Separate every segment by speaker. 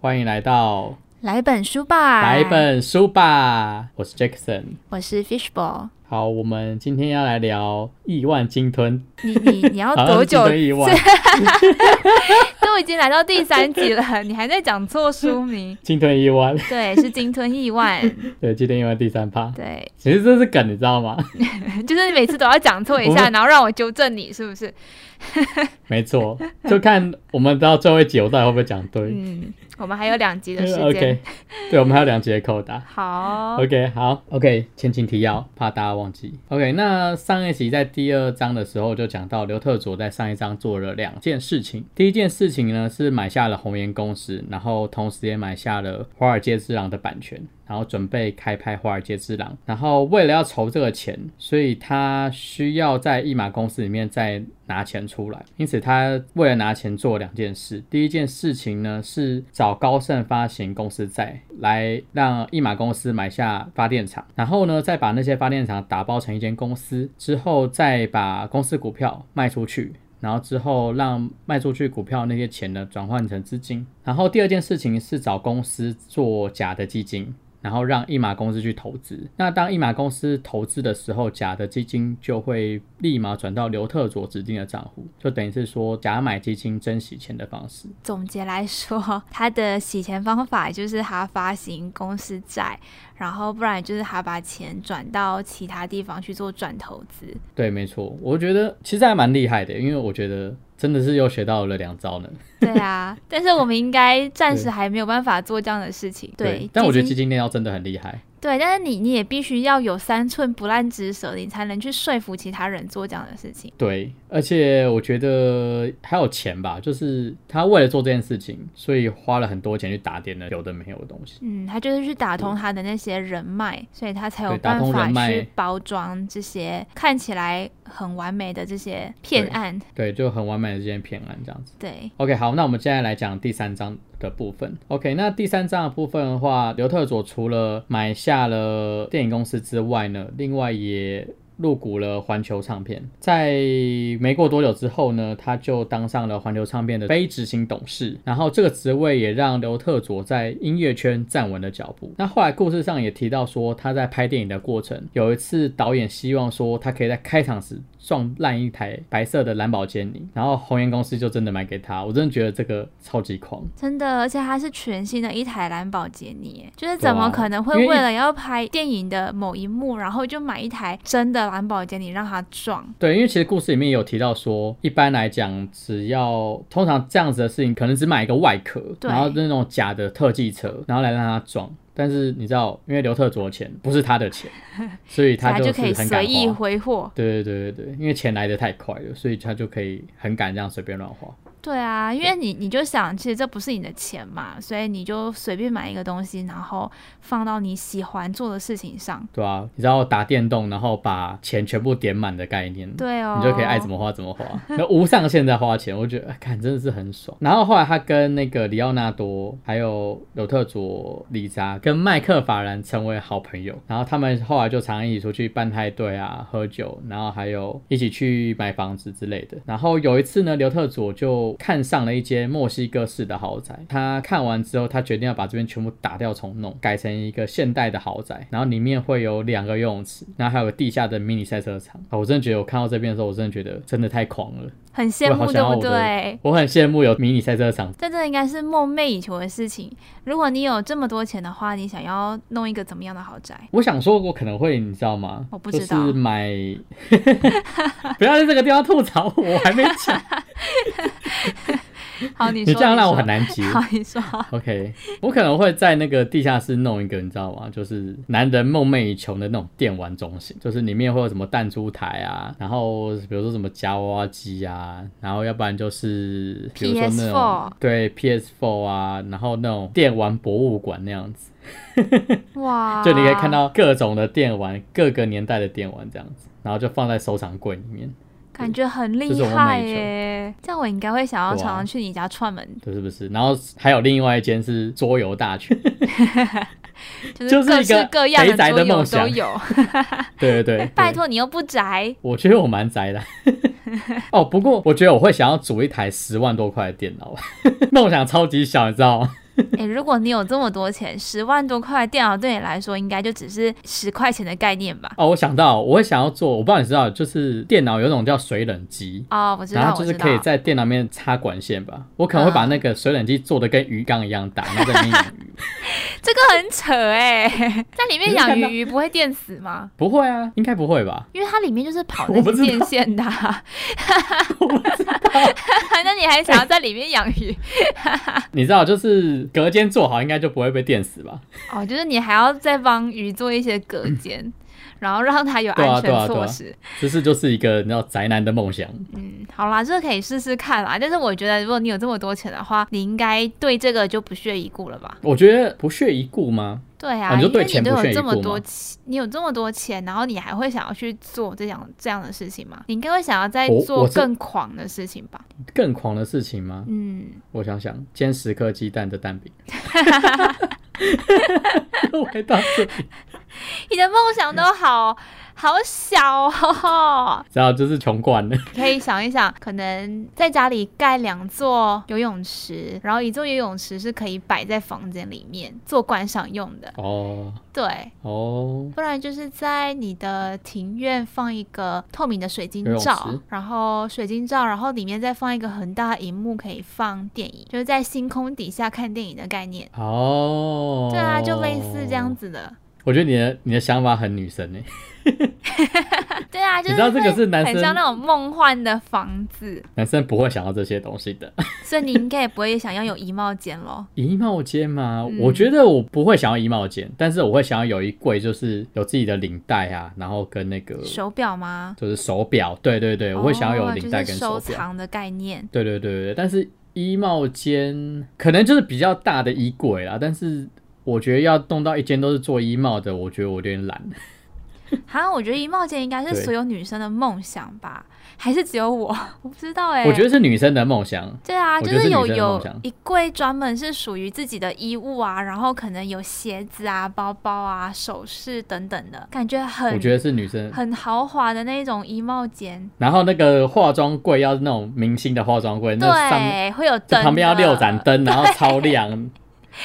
Speaker 1: 欢迎来到
Speaker 2: 来本书吧，
Speaker 1: 来，本书吧，我是 Jackson。
Speaker 2: 我是 Fishball。
Speaker 1: 好，我们今天要来聊亿万鲸吞，
Speaker 2: 你你 你要
Speaker 1: 好像
Speaker 2: 多
Speaker 1: 是鲸
Speaker 2: 久？
Speaker 1: 吞 亿万？
Speaker 2: 都已经来到第三集了， 你还在讲错书名？
Speaker 1: 鲸吞亿万，
Speaker 2: 对，是鲸吞 亿万。
Speaker 1: 对，今天因为第三趴，
Speaker 2: 对，
Speaker 1: 其实这是梗，你知道吗？
Speaker 2: 就是每次都要讲错一
Speaker 1: 我
Speaker 2: 下，
Speaker 1: 们
Speaker 2: 然后让我纠正你，是不是？
Speaker 1: 没错，就看我们到最后一集我到底会不会讲对。
Speaker 2: 嗯，我们还有两集的时 间。
Speaker 1: OK，对，我们还有两节扣打。
Speaker 2: 好，
Speaker 1: OK，好，OK，前情提要，怕大家忘记。OK，那上一集在第二章的时候就讲到，刘特佐在上一章做了两件事情。第一件事情呢是买下了红岩公司，然后同时也买下了《华尔街之狼》的版权，然后准备开拍《华尔街之狼》。然后为了要筹这个钱，所以他需要在一马公司里面再拿钱出来，因此他为了拿钱做两件事。第一件事情呢是找高盛发行公司债，来让一马公司买下发电厂，然后呢再把那些发电厂打包成一间公司，之后再把公司股票卖出去，然后之后让卖出去股票那些钱呢转换成资金。然后第二件事情是找公司做假的基金。然后让一马公司去投资。那当一马公司投资的时候，假的基金就会立马转到刘特佐指定的账户，就等于是说假买基金真洗钱的方式。
Speaker 2: 总结来说，他的洗钱方法就是他发行公司债，然后不然就是他把钱转到其他地方去做转投资。
Speaker 1: 对，没错，我觉得其实还蛮厉害的，因为我觉得真的是又学到了两招呢。
Speaker 2: 对啊，但是我们应该暂时
Speaker 1: 对
Speaker 2: 还没有办法做这样的事情。对，
Speaker 1: 但我觉得
Speaker 2: 基
Speaker 1: 基
Speaker 2: 金
Speaker 1: 金链要真的很厉害。
Speaker 2: 对，但是你你也必须要有三寸不烂之舌，你才能去说服其他人做这样的事情。
Speaker 1: 对，而且我觉得还有钱吧，就是他为了做这件事情，所以花了很多钱去打点了有的没有的东西。
Speaker 2: 嗯，他就是去打通他的那些人脉，所以他才有
Speaker 1: 对打
Speaker 2: 办
Speaker 1: 通人
Speaker 2: 法
Speaker 1: 脉
Speaker 2: 去包装这些看起来很完美的这些骗
Speaker 1: 对
Speaker 2: 案。
Speaker 1: 对，就很完美的这件骗案这样子。
Speaker 2: 对，
Speaker 1: OK，好，那我们接下来来讲第三章的部分。OK，那第三章的部分的话，刘特佐除了买下了电影公司之外呢，另外也入股了环球唱片。在没过多久之后呢，他就当上了环球唱片的非执行董事，然后这个职位也让刘特佐在音乐圈站稳了脚步。那后来故事上也提到说，他在拍电影的过程，有一次导演希望说他可以在开场时撞烂一台白色的兰博基尼，然后红岩公司就真的买给他。我真的觉得这个超级狂，
Speaker 2: 真的，而且它是全新的一台兰博基尼耶，就是怎
Speaker 1: 对啊
Speaker 2: 么可能会
Speaker 1: 因为一
Speaker 2: 为了要拍电影的某一幕，然后就买一台真的兰博基尼让它撞？
Speaker 1: 对，因为其实故事里面有提到说，一般来讲，只要通常这样子的事情，可能只买一个外壳，
Speaker 2: 对
Speaker 1: 然后那种假的特技车，然后来让他撞。但是你知道，因为刘特佐的钱不是他的钱，所以他
Speaker 2: 它
Speaker 1: 就是
Speaker 2: 可以
Speaker 1: 很敢
Speaker 2: 随意
Speaker 1: 花。
Speaker 2: 挥霍。
Speaker 1: 对对对对对，因为钱来的太快了，所以他就可以很敢这样随便乱花。
Speaker 2: 对啊，因为你你就想，其实这不是你的钱嘛，所以你就随便买一个东西，然后放到你喜欢做的事情上。
Speaker 1: 对啊，你知道打电动，然后把钱全部点满的概念，
Speaker 2: 对哦，
Speaker 1: 你就可以爱怎么花怎么花， 那无上限在花钱，我觉得看真的是很爽。然后后来他跟那个里奥纳多、还有纽特佐、理查跟麦克法兰成为好朋友，然后他们后来就常一起出去办派对啊、喝酒，然后还有一起去买房子之类的。然后有一次呢，刘特佐就看上了一间墨西哥式的豪宅，他看完之后，他决定要把这边全部打掉重弄，改成一个现代的豪宅，然后里面会有两个游泳池，然后还有地下的迷你赛车场。啊我真的觉得我看到这边的时候，我真的觉得真的太狂了，
Speaker 2: 很羡
Speaker 1: 我
Speaker 2: 慕，
Speaker 1: 好
Speaker 2: 对
Speaker 1: 想要
Speaker 2: 不
Speaker 1: 我的
Speaker 2: 对？
Speaker 1: 我很羡慕有迷你赛车场。
Speaker 2: 但这应该是梦寐以求的事情。如果你有这么多钱的话，你想要弄一个怎么样的豪宅？
Speaker 1: 我想说，我可能会，你知道吗？
Speaker 2: 我不知道
Speaker 1: 就是买， 不要在这个地方吐槽我，我还没 讲，
Speaker 2: 好，你说
Speaker 1: 你这样让我
Speaker 2: 说
Speaker 1: 很 难接。
Speaker 2: 好，你 说
Speaker 1: OK，我可能会在那个地下室弄一个，你知道吗？就是男人梦寐以求的那种电玩中心，就是里面会有什么弹珠台啊，然后比如说什么夹娃娃机啊，然后要不然就是比如说那种
Speaker 2: PS4
Speaker 1: 对 PS4 啊，然后那种电玩博物馆那样子，
Speaker 2: 哇，
Speaker 1: 就你可以看到各种的电玩，各个年代的电玩这样子，然后就放在收藏柜里面，
Speaker 2: 感觉很
Speaker 1: 这是
Speaker 2: 厉
Speaker 1: 我梦寐
Speaker 2: 害
Speaker 1: 以求
Speaker 2: 耶！这样我应该会想要
Speaker 1: 对啊
Speaker 2: 常常去你家串门，
Speaker 1: 对，是不是？然后还有另外一间是桌游大全。
Speaker 2: 就
Speaker 1: 就是是
Speaker 2: 各
Speaker 1: 一个
Speaker 2: 式各样
Speaker 1: 肥宅的
Speaker 2: 桌游
Speaker 1: 梦想
Speaker 2: 都有。
Speaker 1: 对对对，
Speaker 2: 拜托，你又不宅，
Speaker 1: 我觉得我蛮宅的。 哦， 不过我觉得我会想要组一台十万多块的电脑，梦想超级小，你知道吗？
Speaker 2: 诶，如果你有这么多钱，十万多块电脑对你来说应该就只是十块钱的概念吧？
Speaker 1: 哦，我想到，我会想要做，我不知道你知道，就是电脑有一种叫水冷机。
Speaker 2: 哦，我知
Speaker 1: 然
Speaker 2: 道，
Speaker 1: 后就
Speaker 2: 我
Speaker 1: 是
Speaker 2: 知
Speaker 1: 可以
Speaker 2: 道。啊
Speaker 1: 在电脑面插管线吧，我可能会把那个水冷机做的跟鱼缸一样大，然后在里面 养鱼。
Speaker 2: 这个很扯哎、在里面
Speaker 1: 你是
Speaker 2: 养
Speaker 1: 看到
Speaker 2: 鱼鱼不会电死吗？
Speaker 1: 不会啊，应该不会吧？
Speaker 2: 因为它里面就是跑
Speaker 1: 我
Speaker 2: 那
Speaker 1: 不
Speaker 2: 些
Speaker 1: 知道
Speaker 2: 电线的、啊， 那你还想要在里面养鱼？
Speaker 1: 你知道，就是隔间做好，应该就不会被电死吧？
Speaker 2: 哦，就是你还要再帮鱼做一些隔间，然后让它有
Speaker 1: 对啊
Speaker 2: 安全
Speaker 1: 对啊对
Speaker 2: 措
Speaker 1: 啊
Speaker 2: 施。
Speaker 1: 这是就是一个你知道宅男的梦想。
Speaker 2: 嗯，好啦，这个可以试试看啦。但是我觉得，如果你有这么多钱的话，你应该对这个就不屑一顾了吧？
Speaker 1: 我觉得不屑一顾吗？
Speaker 2: 对啊，
Speaker 1: 哦你就
Speaker 2: 因为
Speaker 1: 对钱
Speaker 2: 你都
Speaker 1: 不屑
Speaker 2: 有
Speaker 1: 一
Speaker 2: 这么
Speaker 1: 顾
Speaker 2: 多
Speaker 1: 吗
Speaker 2: 钱，你有这么多钱，然后你还会想要去做这样这样的事情吗？你应该会想要再
Speaker 1: 我
Speaker 2: 做
Speaker 1: 我是
Speaker 2: 更狂的事情吧？
Speaker 1: 更狂的事情吗？
Speaker 2: 嗯，
Speaker 1: 我想想，煎十颗鸡蛋的蛋 饼，又回到这里，
Speaker 2: 你的梦想都好好小哦，
Speaker 1: 然后就是穷惯了。
Speaker 2: 可以想一想，可能在家里盖两座游泳池，然后一座游泳池是可以摆在房间里面做观赏用的，
Speaker 1: 哦
Speaker 2: 对。
Speaker 1: 哦，
Speaker 2: 不然就是在你的庭院放一个透明的水晶
Speaker 1: 游泳
Speaker 2: 罩
Speaker 1: 池，
Speaker 2: 然后水晶罩，然后里面再放一个很大的荧幕，可以放电影，就是在星空底下看电影的概念。
Speaker 1: 哦，
Speaker 2: 对啊，就类似这样。子的。
Speaker 1: 我觉得你的你的想法很女欸生诶，
Speaker 2: 对啊，就是
Speaker 1: 知道这个是男
Speaker 2: 很像
Speaker 1: 生
Speaker 2: 那种梦幻的房子，
Speaker 1: 男生不会想要这些东西 的。
Speaker 2: 所以你应该也不会想要有衣帽间 咯。
Speaker 1: 衣帽间吗？
Speaker 2: 嗯
Speaker 1: 我觉得我不会想要衣帽间，但是我会想要有一柜，就是有自己的领带啊，然后跟那个
Speaker 2: 手表吗？
Speaker 1: 就是手表，对对对，我会想要有
Speaker 2: 哦
Speaker 1: 领带跟
Speaker 2: 就是、收
Speaker 1: 手表。
Speaker 2: 藏的概念。
Speaker 1: 对对对对，对但是衣帽间可能就是比较大的衣柜啦，但是我觉得要弄到一间都是做衣帽的，我觉得我有点懒。
Speaker 2: 好像我觉得衣帽间应该是
Speaker 1: 对
Speaker 2: 所有女生的梦想吧，还是只有我？ 我不知道哎、
Speaker 1: 我觉得是女生的梦想，
Speaker 2: 对啊，
Speaker 1: 我
Speaker 2: 就
Speaker 1: 觉得是
Speaker 2: 有
Speaker 1: 女生的梦
Speaker 2: 有
Speaker 1: 想
Speaker 2: 一柜专门是属于自己的衣物啊，然后可能有鞋子啊、包包啊、首饰等等的，感觉很
Speaker 1: 我觉得是女生。
Speaker 2: 很豪华的那种衣帽间。
Speaker 1: 然后那个化妆柜要那种明星的化妆柜，那上面
Speaker 2: 对，会有
Speaker 1: 就
Speaker 2: 灯，
Speaker 1: 旁边要六盏。灯，然后超亮，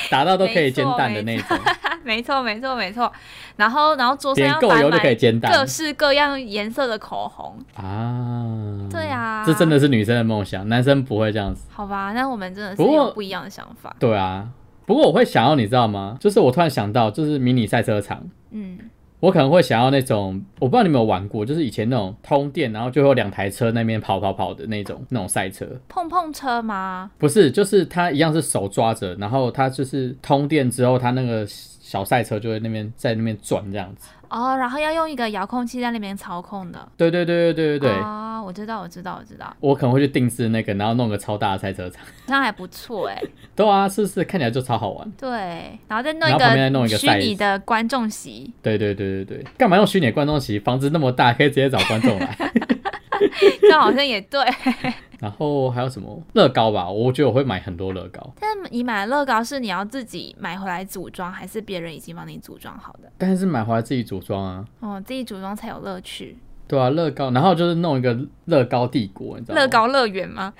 Speaker 1: 打到都可以煎蛋的那
Speaker 2: 没
Speaker 1: 种，
Speaker 2: 没错，没错，没错。然后，然后桌上
Speaker 1: 点
Speaker 2: 要
Speaker 1: 够
Speaker 2: 摆
Speaker 1: 油就可以
Speaker 2: 满
Speaker 1: 煎
Speaker 2: 各
Speaker 1: 蛋
Speaker 2: 式各样颜色的口红。
Speaker 1: 啊！
Speaker 2: 对啊
Speaker 1: 这真的是女生的梦想，男生不会这样子。
Speaker 2: 好吧，那我们真的是
Speaker 1: 不过
Speaker 2: 有不一样的想法。
Speaker 1: 对啊，不过我会想要，你知道吗？就是我突然想到，就是迷你赛车场，
Speaker 2: 嗯，
Speaker 1: 我可能会想要那种，我不知道你有没有玩过，就是以前那种通电，然后就会有两台车那边跑跑跑的那种那种赛车。
Speaker 2: 碰碰车吗？
Speaker 1: 不是，就是它一样是手抓着，然后它就是通电之后，它那个小赛车就会那边在那边转这样子。
Speaker 2: 哦，然后要用一个遥控器在那边操控的。
Speaker 1: 对对对对对对对。
Speaker 2: 啊、我知道，我知道，我知道，
Speaker 1: 我可能会去定制那个，然后弄个超大的赛车场。
Speaker 2: 这样还不错哎、
Speaker 1: 对啊，是不是看起来就超好玩？
Speaker 2: 对，然后再弄
Speaker 1: 然后旁边再弄
Speaker 2: 一
Speaker 1: 一
Speaker 2: 个
Speaker 1: 个
Speaker 2: 虚
Speaker 1: size
Speaker 2: 拟的观众席，
Speaker 1: 对对对对对，干嘛用虚拟观众席？房子那么大，可以直接找观众来。
Speaker 2: 这样好像也对。
Speaker 1: 然后还有什么乐高吧？我觉得我会买很多乐高，
Speaker 2: 但是你买的乐高是你要自己买回来组装，还是别人已经帮你组装好的？
Speaker 1: 但是买回来自己组装啊。
Speaker 2: 哦，自己组装才有乐趣。
Speaker 1: 对啊，乐高，然后就是弄一个乐高帝国，你知道吗？
Speaker 2: 乐高乐园吗？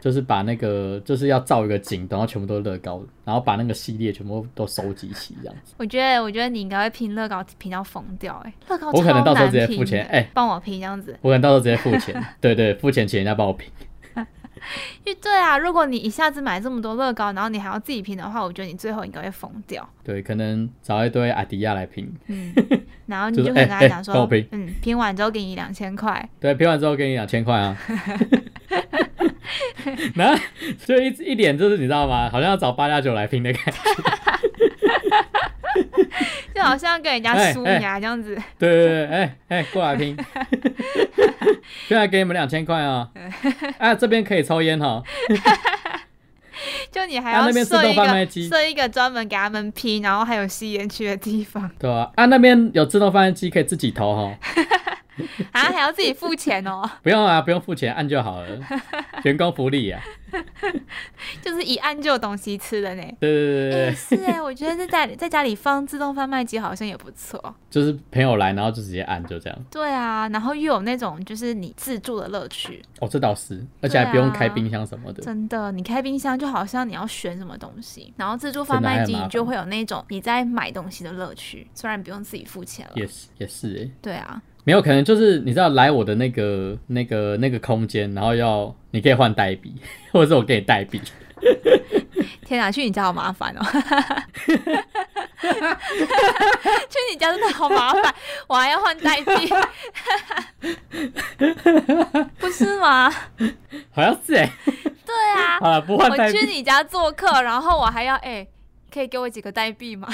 Speaker 1: 就是把那个就是要造一个景，然后全部都是乐高，然后把那个系列全部都收集齐这样子。
Speaker 2: 我觉得，我觉得你应该会拼乐高拼到疯掉哎、乐高
Speaker 1: 我可能
Speaker 2: 超
Speaker 1: 到时候
Speaker 2: 难
Speaker 1: 直接
Speaker 2: 拼
Speaker 1: 付钱
Speaker 2: 的
Speaker 1: 哎
Speaker 2: 帮我拼这样子。
Speaker 1: 我可能到时候直接付 钱，对对，付钱请人家帮我拼。
Speaker 2: 因为对啊，如果你一下子买这么多乐高，然后你还要自己拼的话，我觉得你最后应该会疯掉。
Speaker 1: 对，可能找一堆阿迪亚来拼。
Speaker 2: 嗯，然后你
Speaker 1: 就
Speaker 2: 就是可以跟
Speaker 1: 哎
Speaker 2: 他
Speaker 1: 哎
Speaker 2: 讲说，
Speaker 1: 帮我拼
Speaker 2: 嗯，拼完之后给你两千块，
Speaker 1: 对，拼完之后给你两千块啊。 然后就一一脸就是你知道吗？好像要找八加九来拼的感觉。
Speaker 2: 就好像跟人家
Speaker 1: 哎
Speaker 2: 输
Speaker 1: 哎
Speaker 2: 牙这样子。
Speaker 1: 对对对，哎、哎、过来拼。现在给你们两千块 啊！啊，这边可以抽烟哈。
Speaker 2: 就你还
Speaker 1: 啊
Speaker 2: 要
Speaker 1: 那边自
Speaker 2: 设
Speaker 1: 动
Speaker 2: 一
Speaker 1: 贩卖
Speaker 2: 个
Speaker 1: 机
Speaker 2: 设一个专门给他们 拼，然后还有吸烟区的地方。
Speaker 1: 对啊，啊那边有自动贩卖机可以自己投哈。
Speaker 2: 啊，还要自己付钱哦，
Speaker 1: 不用啊，不用付钱，按就好了。员工福利啊，
Speaker 2: 就是一按就有东西吃的呢。
Speaker 1: 对对对对
Speaker 2: 哎、
Speaker 1: 对，
Speaker 2: 是哎、我觉得在家里在家里放自动贩卖机好像也不错。
Speaker 1: 就是朋友来，然后就直接按，就这样。
Speaker 2: 对啊，然后又有那种就是你自助的乐趣，
Speaker 1: 哦，这倒是，而且还不用开冰箱什么的。
Speaker 2: 真的。你开冰箱就好像你要选什么东西，然后自助贩
Speaker 1: 真的还
Speaker 2: 卖
Speaker 1: 很
Speaker 2: 机
Speaker 1: 麻
Speaker 2: 你
Speaker 1: 烦
Speaker 2: 就会有那种你在买东西的乐趣，虽然不用自己付钱了。
Speaker 1: 也是也是哎、
Speaker 2: 对啊，
Speaker 1: 没有可能就是你知道来我的那个那个那个空间，然后要你可以换代币，或者是我给你代币，
Speaker 2: 天啊，去你家好麻烦哦！去你家真的好麻烦，我还要换代 币，不是吗？
Speaker 1: 好像是哎、
Speaker 2: 对啊，
Speaker 1: 好了，不换代
Speaker 2: 我
Speaker 1: 币
Speaker 2: 去，你家做客，然后我还要哎、可以给我几个代币吗？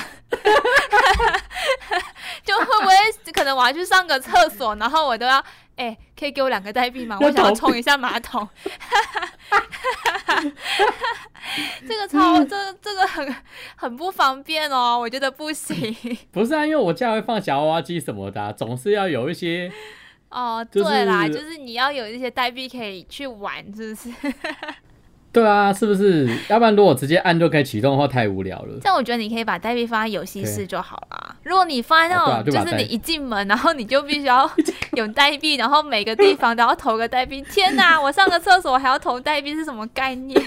Speaker 2: 就会不会可能我要去上个厕所，然后我都要哎、可以给我两个代币吗？
Speaker 1: 要
Speaker 2: 我想要
Speaker 1: 逃避
Speaker 2: 冲一下马桶。 这个超，
Speaker 1: 嗯
Speaker 2: 这个这个很很不方便哦，我觉得不行。
Speaker 1: 不是啊，因为我家会放小娃娃机什么的啊、总是要有一些
Speaker 2: 哦，
Speaker 1: 就是
Speaker 2: 对啦，就是你要有一些代币可以去玩，是不是？
Speaker 1: 对啊，是不是？要不然如果直接按就可以启动的话，太无聊了。
Speaker 2: 但我觉得你可以把代币放在游戏室
Speaker 1: 对
Speaker 2: 就好啦。如果你放在那种，
Speaker 1: 哦对啊就把
Speaker 2: 就是你
Speaker 1: 代
Speaker 2: 一进门，然后你就必须 要有代币，然后每个地方都要投个代币。天哪，我上个厕所还要投代币是什么概念？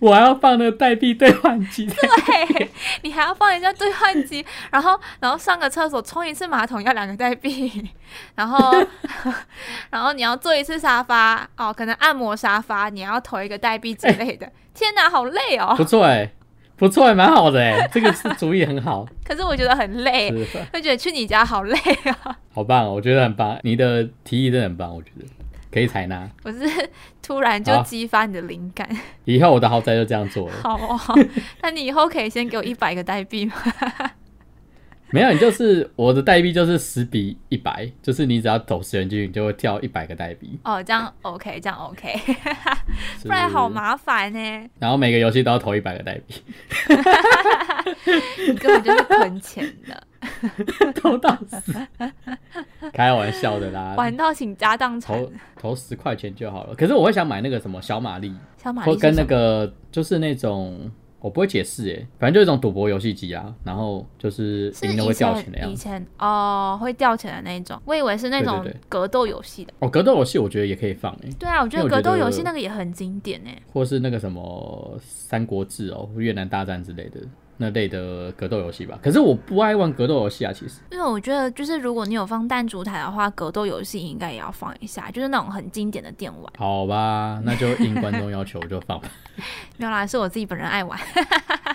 Speaker 1: 我还要放那个代币兑换机，
Speaker 2: 对，你还要放一下兑换机，然后然后上个厕所冲一次马桶要两个代币， 然后然后你要坐一次沙发哦，可能按摩沙发你要投一个代币之类
Speaker 1: 哎
Speaker 2: 的。天哪，好累哦
Speaker 1: 不！错哎、不错哎、蛮好的 哎、这个是主意很好，
Speaker 2: 可是我觉得很累，
Speaker 1: 是
Speaker 2: 会觉得去你家好累啊。
Speaker 1: 好棒，我觉得很棒，你的提议真的很棒，我觉得可以采纳。
Speaker 2: 我是 突然就
Speaker 1: 好啊
Speaker 2: 激发你的灵感，
Speaker 1: 以后我的豪宅就这样做了，
Speaker 2: 好 哦。那你以后可以先给我一百个代币吗？
Speaker 1: 没有，你就是我的代币就是十比一百，就是你只要投十元进去，你就会跳一百个代币，
Speaker 2: 哦，这样 OK，这样 OK，
Speaker 1: 是
Speaker 2: 不然好？麻烦欸呢。
Speaker 1: 然后每个游戏都要投一百个代 币，
Speaker 2: 你根本就是囤钱 的，
Speaker 1: 投到 死，开玩笑的啦，
Speaker 2: 玩到倾家荡产。
Speaker 1: 投投十块钱就好了。可是我会想买那个什么小玛丽，
Speaker 2: 小马
Speaker 1: 或
Speaker 2: 丽是
Speaker 1: 跟那
Speaker 2: 什么？
Speaker 1: 个就是那种我不会解释哎，反正就是一种赌博游戏机啊，然后就是
Speaker 2: 是
Speaker 1: 赢了
Speaker 2: 以
Speaker 1: 会掉钱的
Speaker 2: 前
Speaker 1: 样
Speaker 2: 以
Speaker 1: 子。
Speaker 2: 前哦，会掉钱的那一种，我以为是那
Speaker 1: 对对
Speaker 2: 种
Speaker 1: 对
Speaker 2: 格斗游戏的。
Speaker 1: 哦，格斗游戏我觉得也可以放哎，
Speaker 2: 对啊，我觉
Speaker 1: 因为
Speaker 2: 得
Speaker 1: 我
Speaker 2: 格
Speaker 1: 觉
Speaker 2: 斗游
Speaker 1: 得
Speaker 2: 戏那个也很经典欸呢。
Speaker 1: 或是那个什么《三国志》哦，《越南大战》之类的那类的格斗游戏吧。可是我不爱玩格斗游戏啊，其实。
Speaker 2: 因为我觉得，就是如果你有放弹珠台的话，格斗游戏应该也要放一下，就是那种很经典的电玩。
Speaker 1: 好吧，那就应观众要求就放吧。
Speaker 2: 没有啦，是我自己本人爱玩。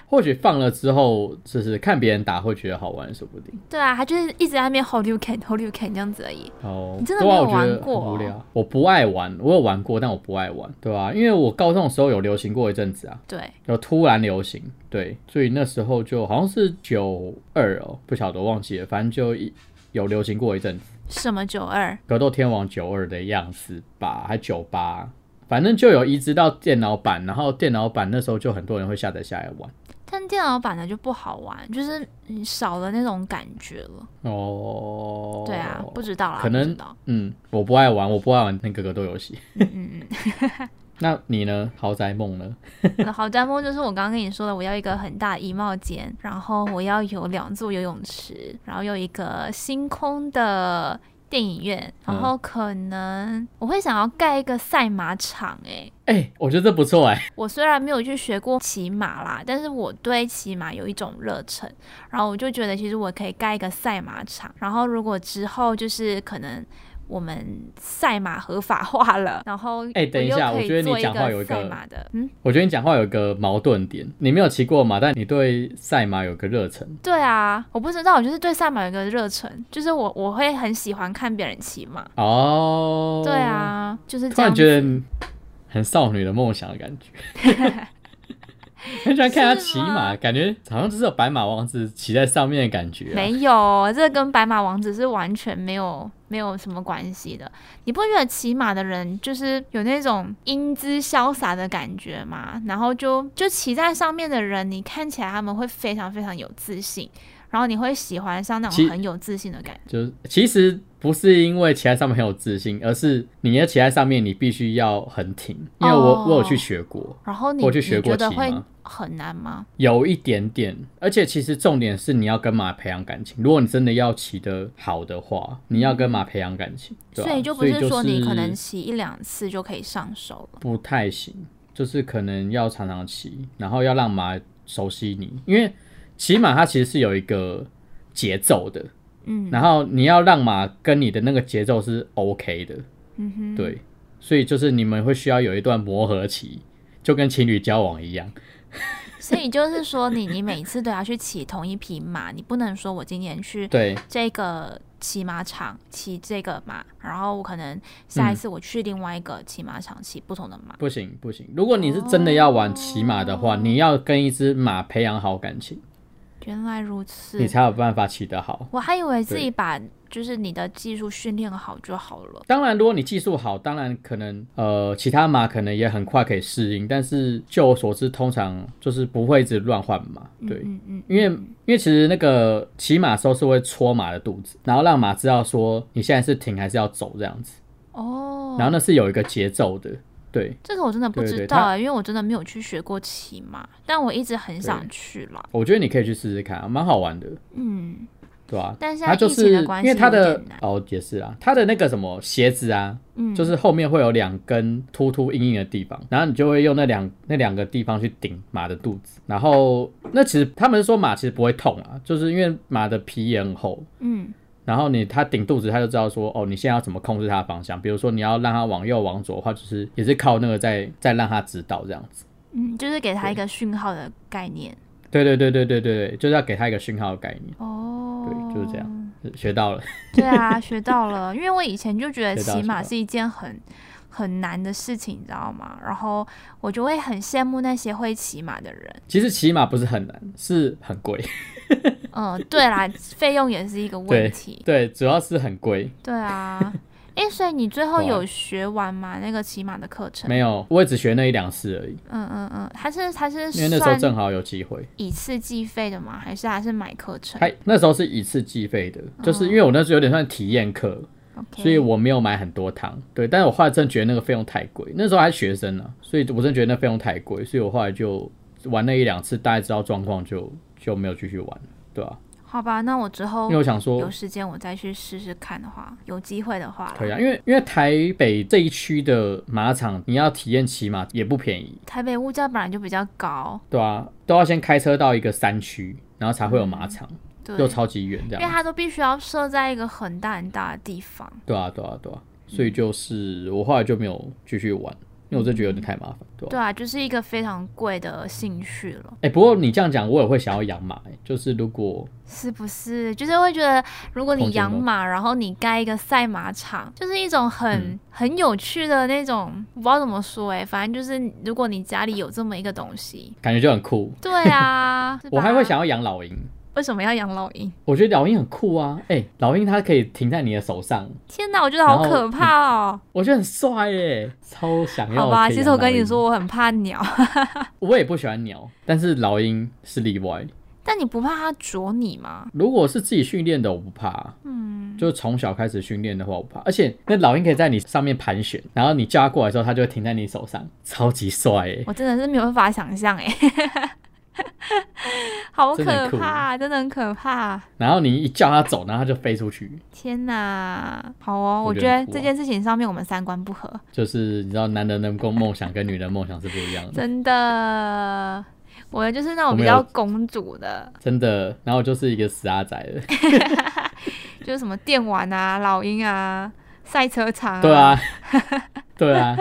Speaker 1: 或许放了之后，就是看别人打会觉得好玩，说不定。
Speaker 2: 对啊，他就是一直在那边 hold you can hold you can 这样子而已。
Speaker 1: 哦，
Speaker 2: 你真的
Speaker 1: 对啊
Speaker 2: 没有
Speaker 1: 我觉
Speaker 2: 玩
Speaker 1: 得
Speaker 2: 过
Speaker 1: 很
Speaker 2: 哦
Speaker 1: 无聊，我不爱玩，我有玩过，但我不爱玩，对吧、因为我高中的时候有流行过一阵子啊，
Speaker 2: 对，
Speaker 1: 有突然流行，对，所以那时候就好像是九二哦，不晓得我忘记了，反正就一有流行过一阵子，
Speaker 2: 什么九二？
Speaker 1: 格斗天王九二的样子吧，还九八，反正就有移植到电脑版，然后电脑版那时候就很多人会下载下来玩。
Speaker 2: 但电脑版的就不好玩，就是嗯少了那种感觉了。
Speaker 1: 哦，
Speaker 2: 对啊，不知道啦，
Speaker 1: 可
Speaker 2: 不知
Speaker 1: 能
Speaker 2: 道。
Speaker 1: 嗯，我不爱玩，我不爱玩那个格斗游戏。
Speaker 2: 嗯嗯
Speaker 1: 那你呢？豪宅梦呢？
Speaker 2: 嗯。我的豪宅梦就是我刚刚跟你说的，我要一个很大的衣帽间，然后我要有两座游泳池，然后有一个星空的。电影院，然
Speaker 1: 嗯
Speaker 2: 后可能我会想要盖一个赛马场、欸，
Speaker 1: 哎、我觉得这不错哎、
Speaker 2: 我虽然没有去学过骑马啦，但是我对骑马有一种热忱，然后我就觉得其实我可以盖一个赛马场，然后如果之后就是可能。我们赛马合法化了，然后
Speaker 1: 哎等一
Speaker 2: 又
Speaker 1: 下
Speaker 2: 可以
Speaker 1: 我觉得你
Speaker 2: 做一
Speaker 1: 讲话有一个
Speaker 2: 赛马的，嗯，
Speaker 1: 我觉得你讲话有一个矛盾点，你没有骑过马，但你对赛马有个热忱。
Speaker 2: 对啊，我不知道，我就是对赛马有一个热忱，就是我我会很喜欢看别人骑马，
Speaker 1: 哦，
Speaker 2: 对，啊，就是
Speaker 1: 突
Speaker 2: 这样
Speaker 1: 然
Speaker 2: 子。
Speaker 1: 觉得你很少女的梦想的感觉。很喜欢看他骑
Speaker 2: 是吗
Speaker 1: 马，感觉好像就是有白马王子骑在上面的感觉、啊。
Speaker 2: 没有，这跟白马王子是完全没有没有什么关系的。你不觉得骑马的人就是有那种英姿潇洒的感觉吗？然后就就骑在上面的人，你看起来他们会非常非常有自信，然后你会喜欢上那
Speaker 1: 其
Speaker 2: 种很有自信的感觉。
Speaker 1: 就是其实不是因为骑在上面很有自信，而是你要骑在上面，你必须要很挺。因为我、
Speaker 2: 哦
Speaker 1: 我有去学过，
Speaker 2: 然后你
Speaker 1: 我去
Speaker 2: 你
Speaker 1: 学过
Speaker 2: 觉得
Speaker 1: 骑
Speaker 2: 会
Speaker 1: 吗
Speaker 2: 很难吗？
Speaker 1: 有一点点，而且其实重点是你要跟马培养感情。如果你真的要骑得好的话，你要跟马培养感情，对啊
Speaker 2: 所以就不
Speaker 1: 所以
Speaker 2: 是说你可能
Speaker 1: 是
Speaker 2: 骑一两次就可以上手了。
Speaker 1: 不太行，就是可能要常常骑，然后要让马熟悉你，因为骑马它其实是有一个节奏的，
Speaker 2: 嗯
Speaker 1: 然后你要让马跟你的那个节奏是 OK 的，
Speaker 2: 嗯哼，
Speaker 1: 对，所以就是你们会需要有一段磨合期，就跟情侣交往一样。
Speaker 2: 所以就是说你 你每次都要去骑同一匹马，你不能说我今年去
Speaker 1: 对，
Speaker 2: 这个骑马场骑这个马，然后我可能下一
Speaker 1: 嗯
Speaker 2: 次我去另外一个骑马场骑不同的马。
Speaker 1: 不行不行，如果你是真的要玩骑马的话，
Speaker 2: 哦
Speaker 1: 你要跟一只马培养好感情，
Speaker 2: 原来如此
Speaker 1: 你，才有办法骑得好。
Speaker 2: 我还以为自
Speaker 1: 对
Speaker 2: 己把就是你的技术训练好就好了。
Speaker 1: 当然，如果你技术好，当然可能呃，其他马可能也很快可以适应，但是就我所知，通常就是不会一直乱换马，对。
Speaker 2: 嗯嗯，
Speaker 1: 因为因为其实那个骑马的时候是会戳马的肚子，然后让马知道说你现在是停还是要走这样子，
Speaker 2: 哦，
Speaker 1: 然后那是有一个节奏的，对。
Speaker 2: 这个我真的不
Speaker 1: 对对
Speaker 2: 知
Speaker 1: 他
Speaker 2: 道啊、因为我真的没有去学过骑马，但我一直很想去啦。
Speaker 1: 我觉得你可以去试试看、啊，蛮好玩的，
Speaker 2: 嗯，
Speaker 1: 对吧、
Speaker 2: 但现在
Speaker 1: 它就
Speaker 2: 疫情
Speaker 1: 是
Speaker 2: 的关
Speaker 1: 因
Speaker 2: 系
Speaker 1: 为它
Speaker 2: 有
Speaker 1: 的
Speaker 2: 点难
Speaker 1: 哦也是啊，它的那个什么鞋子啊，
Speaker 2: 嗯
Speaker 1: 就是后面会有两根突突硬硬的地方，然后你就会用那两那两个地方去顶马的肚子，然后那其实他们说马其实不会痛啊，就是因为马的皮也很厚，
Speaker 2: 嗯
Speaker 1: 然后你它顶肚子，它就知道说哦，你现在要怎么控制它的方向，比如说你要让它往右往左的话，就是也是靠那个再再让它知道这样子。
Speaker 2: 嗯，就是给他一个讯号的概念。
Speaker 1: 对对对对对对对，就是要给它一个讯号的概念。
Speaker 2: 哦，
Speaker 1: 对就是这样。学到了，
Speaker 2: 对啊，学到了，因为我以前就觉得
Speaker 1: 学到
Speaker 2: 骑马
Speaker 1: 学到
Speaker 2: 是一件很。很难的事情，你知道吗？然后我就会很羡慕那些会骑马的人。
Speaker 1: 其实骑马不是很难，是很贵。
Speaker 2: 嗯，对啦，费用也是一个
Speaker 1: 对
Speaker 2: 问题。
Speaker 1: 对，主要是很贵。
Speaker 2: 对啊，诶，所以你最后
Speaker 1: 对啊
Speaker 2: 有学完吗？那个骑马的课程？
Speaker 1: 没有，我也只学那一两次而已，
Speaker 2: 嗯嗯嗯，他是他是
Speaker 1: 因为那时候
Speaker 2: 算
Speaker 1: 正好有机会。
Speaker 2: 以次计费的吗？还是还是买课 程
Speaker 1: 还哎那时候是一次计费的，就是因为我那时候有点算体验课，
Speaker 2: 哦？OK，
Speaker 1: 所以我没有买很多糖，对，但是我后来真觉得那个费用太贵，那时候还是学生呢、所以我真觉得那费用太贵，所以我后来就玩了一两次，大概知道状况就就没有继续玩了，对吧、
Speaker 2: 好吧，那我之后
Speaker 1: 因为我想说
Speaker 2: 哦有，时间我再去试试看的话，有机会的话啦，
Speaker 1: 可以啊，因为因为台北这一区的马场，你要体验骑马也不便宜，
Speaker 2: 台北物价本来就比较高，
Speaker 1: 对啊，都要先开车到一个山区，然后才会有马场，
Speaker 2: 嗯对，
Speaker 1: 又
Speaker 2: 因
Speaker 1: 超级远这
Speaker 2: 为
Speaker 1: 样，
Speaker 2: 它都必须要设在一个很大很大的地方。
Speaker 1: 对啊，对啊，对啊，所以就是我后来就没有继续玩，因为我真的觉得有点太麻烦，对吧、
Speaker 2: 对啊，就是一个非常贵的兴趣了，
Speaker 1: 哎、不过你这样讲，我也会想要养马、欸，就是如果
Speaker 2: 是不是？就是会觉得，如果你
Speaker 1: 空间
Speaker 2: 养
Speaker 1: 够
Speaker 2: 马，然后你盖一个赛马场，就是一种很、
Speaker 1: 嗯
Speaker 2: 很有趣的那种，我不知道怎么说哎、反正就是如果你家里有这么一个东西，
Speaker 1: 感觉就很酷。
Speaker 2: 对 啊，是
Speaker 1: 我还
Speaker 2: 吧
Speaker 1: 会想要养老鹰，
Speaker 2: 为什么要养老鹰？
Speaker 1: 我觉得老鹰很酷啊！哎、老鹰它可以停在你的手上，
Speaker 2: 天哪，我觉得好可
Speaker 1: 嗯
Speaker 2: 怕哦！
Speaker 1: 我觉得很帅耶，超想要。
Speaker 2: 好吧，其实我跟你说，，我很怕鸟，
Speaker 1: 我也不喜欢鸟，但是老鹰是例外。
Speaker 2: 但你不怕它啄你吗？
Speaker 1: 如果是自己训练的，我不怕。
Speaker 2: 嗯，
Speaker 1: 就是从小开始训练的话，我不怕。而且那老鹰可以在你上面盘旋，然后你叫它过来的时候，它就会停在你手上，超级帅哎耶！
Speaker 2: 我真的是没有办法想象哎， 好
Speaker 1: 真的
Speaker 2: 可
Speaker 1: 很酷
Speaker 2: 怕，真的很可怕！
Speaker 1: 然后你一叫它走，然后它就飞出去。
Speaker 2: 天哪，好哦，我
Speaker 1: 我
Speaker 2: 觉
Speaker 1: 觉得
Speaker 2: 得
Speaker 1: 很酷啊
Speaker 2: 这件事情上面我们三观不合，
Speaker 1: 就是你知道，男人能够梦想跟女人梦想是不一样的。
Speaker 2: 真的。我就是那
Speaker 1: 嗯我
Speaker 2: 种比
Speaker 1: 们有
Speaker 2: 较公主的，
Speaker 1: 真的，然后我就是一个死阿仔了。
Speaker 2: 就是什么电玩啊、老鹰啊、赛车场、
Speaker 1: 对， 啊，对啊，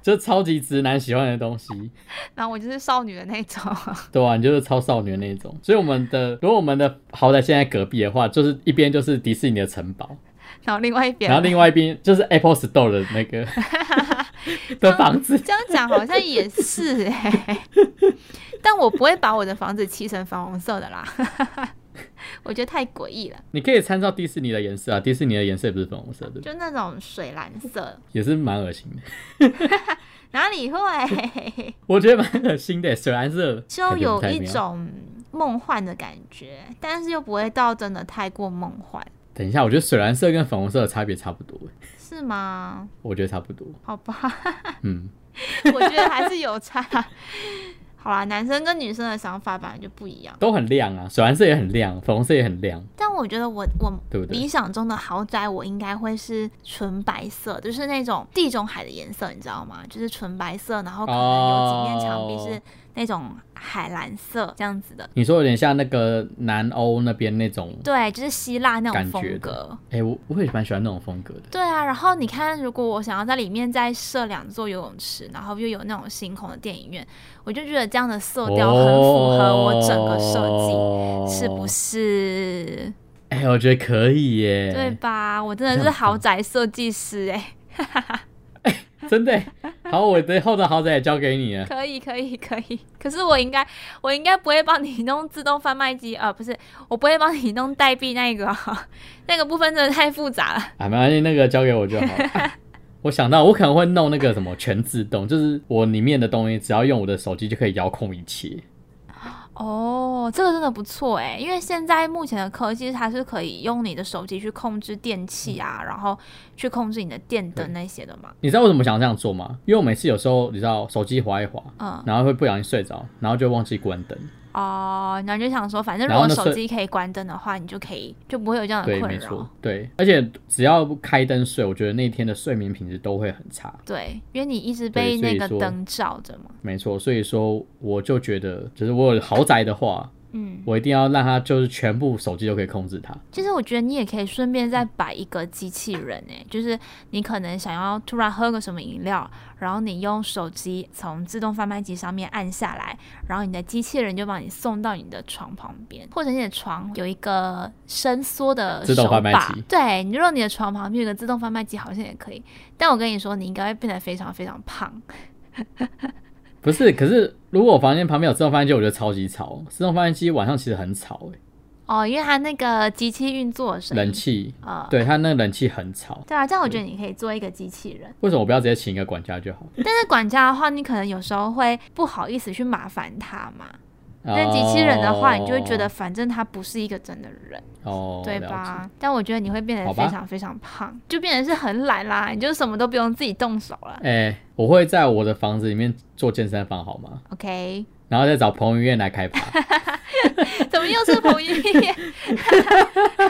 Speaker 1: 就超级直男喜欢的东西。
Speaker 2: 然后我就是少女的那种。
Speaker 1: 对啊，你就是超少女那种。所以我们的，如果我们的豪宅现在隔壁的话，就是一边就是迪士尼的城堡，
Speaker 2: 然后另外一边，
Speaker 1: 然后另外一边就是 Apple Store 的那 个的房子。
Speaker 2: 这样讲好像也是哎、 但我不会把我的房子漆成粉红色的啦， 我觉得太诡异了，
Speaker 1: 你可以参照迪士尼的颜色啊，迪士尼的颜色也不是粉红色的，
Speaker 2: 就那种水蓝色，
Speaker 1: 也是蛮恶心的。
Speaker 2: 哪里会？
Speaker 1: 我觉得蛮恶心的，水蓝色
Speaker 2: 就有
Speaker 1: 感觉不太
Speaker 2: 一
Speaker 1: 妙
Speaker 2: 种梦幻的感觉，但是又不会到真的太过梦幻，
Speaker 1: 等一下，我觉得水蓝色跟粉红色的差别差不多，
Speaker 2: 是吗？
Speaker 1: 我觉得差不多。
Speaker 2: 好 吧，
Speaker 1: 嗯，
Speaker 2: 我觉得还是有差。好啦，男生跟女生的想法本来就不一样，
Speaker 1: 都很亮啊，水蓝色也很亮，粉红色也很亮，
Speaker 2: 但我觉得我我
Speaker 1: 对不对
Speaker 2: 理？想中的豪宅，我应该会是纯白色，就是那种地中海的颜色，你知道吗？就是纯白色，然后可能有几面墙壁是
Speaker 1: 哦
Speaker 2: 那种海蓝色这样子的。
Speaker 1: 你说有点像那个南欧那边那种，
Speaker 2: 对，就是希腊那种
Speaker 1: 感觉
Speaker 2: 风
Speaker 1: 的
Speaker 2: 格。
Speaker 1: 哎、我我也蛮喜欢那种风格的。
Speaker 2: 对啊，然后你看，如果我想要在里面再设两座游泳池，然后又有那种星空的电影院，我就觉得这样的色调很符合我整个设计，
Speaker 1: 哦计
Speaker 2: 是不？是？
Speaker 1: 哎、我觉得可以耶。
Speaker 2: 对吧？我真的
Speaker 1: 这
Speaker 2: 是
Speaker 1: 样
Speaker 2: 豪宅设计师哎、
Speaker 1: 真的。好，我的后的豪宅也交给你了。
Speaker 2: 可以，可以，可以。可是我应该，我应该不会帮你弄自动贩卖机啊、呃不是，我不会帮你弄代币那个，啊 那个部分真的太复杂了。
Speaker 1: 啊，没关系，那个交给我就好了。 啊我想到，我可能会弄那个什么全自动，就是我里面的东西只要用我的手机就可以遥控一切。
Speaker 2: 哦，这个真的不错哎，因为现在目前的科技它是可以用你的手机去控制电器啊，
Speaker 1: 嗯
Speaker 2: 然后去控制你的电灯那些的嘛。
Speaker 1: 你知道为什么想这样做吗？因为我每次有时候你知道手机滑一滑，
Speaker 2: 嗯，
Speaker 1: 然后会不小心睡着，然后就忘记关灯。
Speaker 2: 哦，然后就想说，反正如
Speaker 1: 然后
Speaker 2: 果
Speaker 1: 那
Speaker 2: 手
Speaker 1: 是
Speaker 2: 机可以关灯的话，你就可以就不会有这样的
Speaker 1: 对，
Speaker 2: 啊困
Speaker 1: 没
Speaker 2: 扰
Speaker 1: 错。，对。而且只要开灯睡，我觉得那天的睡眠品质都会很差。
Speaker 2: 对，因为你一直
Speaker 1: 对
Speaker 2: 被
Speaker 1: 所
Speaker 2: 那
Speaker 1: 以
Speaker 2: 个
Speaker 1: 说
Speaker 2: 灯照着嘛。
Speaker 1: 没错，所以说我就觉得，就是我有豪宅的话，
Speaker 2: 嗯。
Speaker 1: 我一定要让它就是全部手机都可以控制它。
Speaker 2: 其实我觉得你也可以顺便再摆一个机器人诶、就是你可能想要突然喝个什么饮料，然后你用手机从自动贩卖机上面按下来，然后你的机器人就帮你送到你的床旁边，或者你的床有一个伸缩的
Speaker 1: 自动
Speaker 2: 手
Speaker 1: 贩卖
Speaker 2: 把
Speaker 1: 机
Speaker 2: 对，你如果你的床旁边有个自动贩卖机，好像也可以。但我跟你说，你应该会变得非常非常胖。
Speaker 1: 不是，可是如果我房间旁边有自动贩卖机，我觉得超级吵。自动贩卖机晚上其实很吵、欸，
Speaker 2: 哦，因为它那个机器运作的声音，
Speaker 1: 冷气，
Speaker 2: 呃，
Speaker 1: 对它那个冷气很吵。
Speaker 2: 对啊，这样我觉得你可以做一个机器人。
Speaker 1: 为什么我不要直接请一个管家就 好？
Speaker 2: 但是管家的话，你可能有时候会不好意思去麻烦他嘛。
Speaker 1: 哦
Speaker 2: 但机器人的话，你就会觉得反正他不是一个真的人，
Speaker 1: 哦，
Speaker 2: 对
Speaker 1: 了解？
Speaker 2: 吧？但我觉得你会变得
Speaker 1: 好吧
Speaker 2: 非常非常胖，就变得是很懒啦，你就什么都不用自己动手了。
Speaker 1: 哎、我会在我的房子里面做健身房好吗？
Speaker 2: OK，
Speaker 1: 然后再找彭于晏来开 趴。
Speaker 2: 怎么又是彭于晏？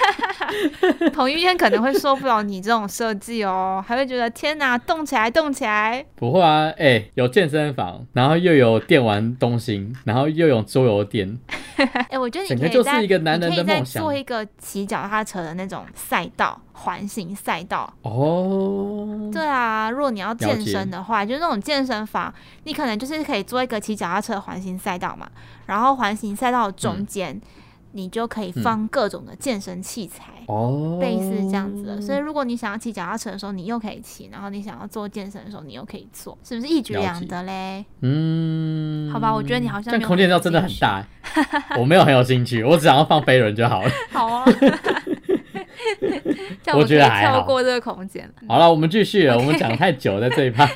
Speaker 2: 彭于晏可能会受不了你这种设计哦，还会觉得天哪，动起来，动起 来！
Speaker 1: 不会啊，哎、有健身房，然后又有电玩中心，然后又有桌游店，
Speaker 2: 哎、我觉得你
Speaker 1: 整
Speaker 2: 可
Speaker 1: 个
Speaker 2: 以
Speaker 1: 就是
Speaker 2: 在
Speaker 1: 一个男人
Speaker 2: 你可
Speaker 1: 的
Speaker 2: 以再
Speaker 1: 梦想
Speaker 2: 做一个骑脚踏车的那种赛道，环形赛道，
Speaker 1: 哦，
Speaker 2: 对啊，如果你要健身的话，就是那种健身房，你可能就是可以做一个骑脚踏车的环形赛道嘛，然后环形赛道的
Speaker 1: 嗯
Speaker 2: 中间，你就可以放各种的健身器材，
Speaker 1: 哦，
Speaker 2: 类似这样子的。所以如果你想要骑脚踏车的时候，你又可以骑；然后你想要做健身的时候，你又可以做，是不是一举
Speaker 1: 了解
Speaker 2: 两得嘞？
Speaker 1: 嗯，
Speaker 2: 好吧我觉得你好像
Speaker 1: 但
Speaker 2: 没有
Speaker 1: 空间
Speaker 2: 很有
Speaker 1: 照真的很
Speaker 2: 兴趣
Speaker 1: 大欸，我没有很有兴趣，我只想要放飞轮就好 了。
Speaker 2: 好 啊，这样
Speaker 1: 我
Speaker 2: 我可
Speaker 1: 觉
Speaker 2: 以
Speaker 1: 得还
Speaker 2: 跳
Speaker 1: 好
Speaker 2: 过这个空间了。
Speaker 1: 好了，我们继续了，我们讲太久了在这一趴。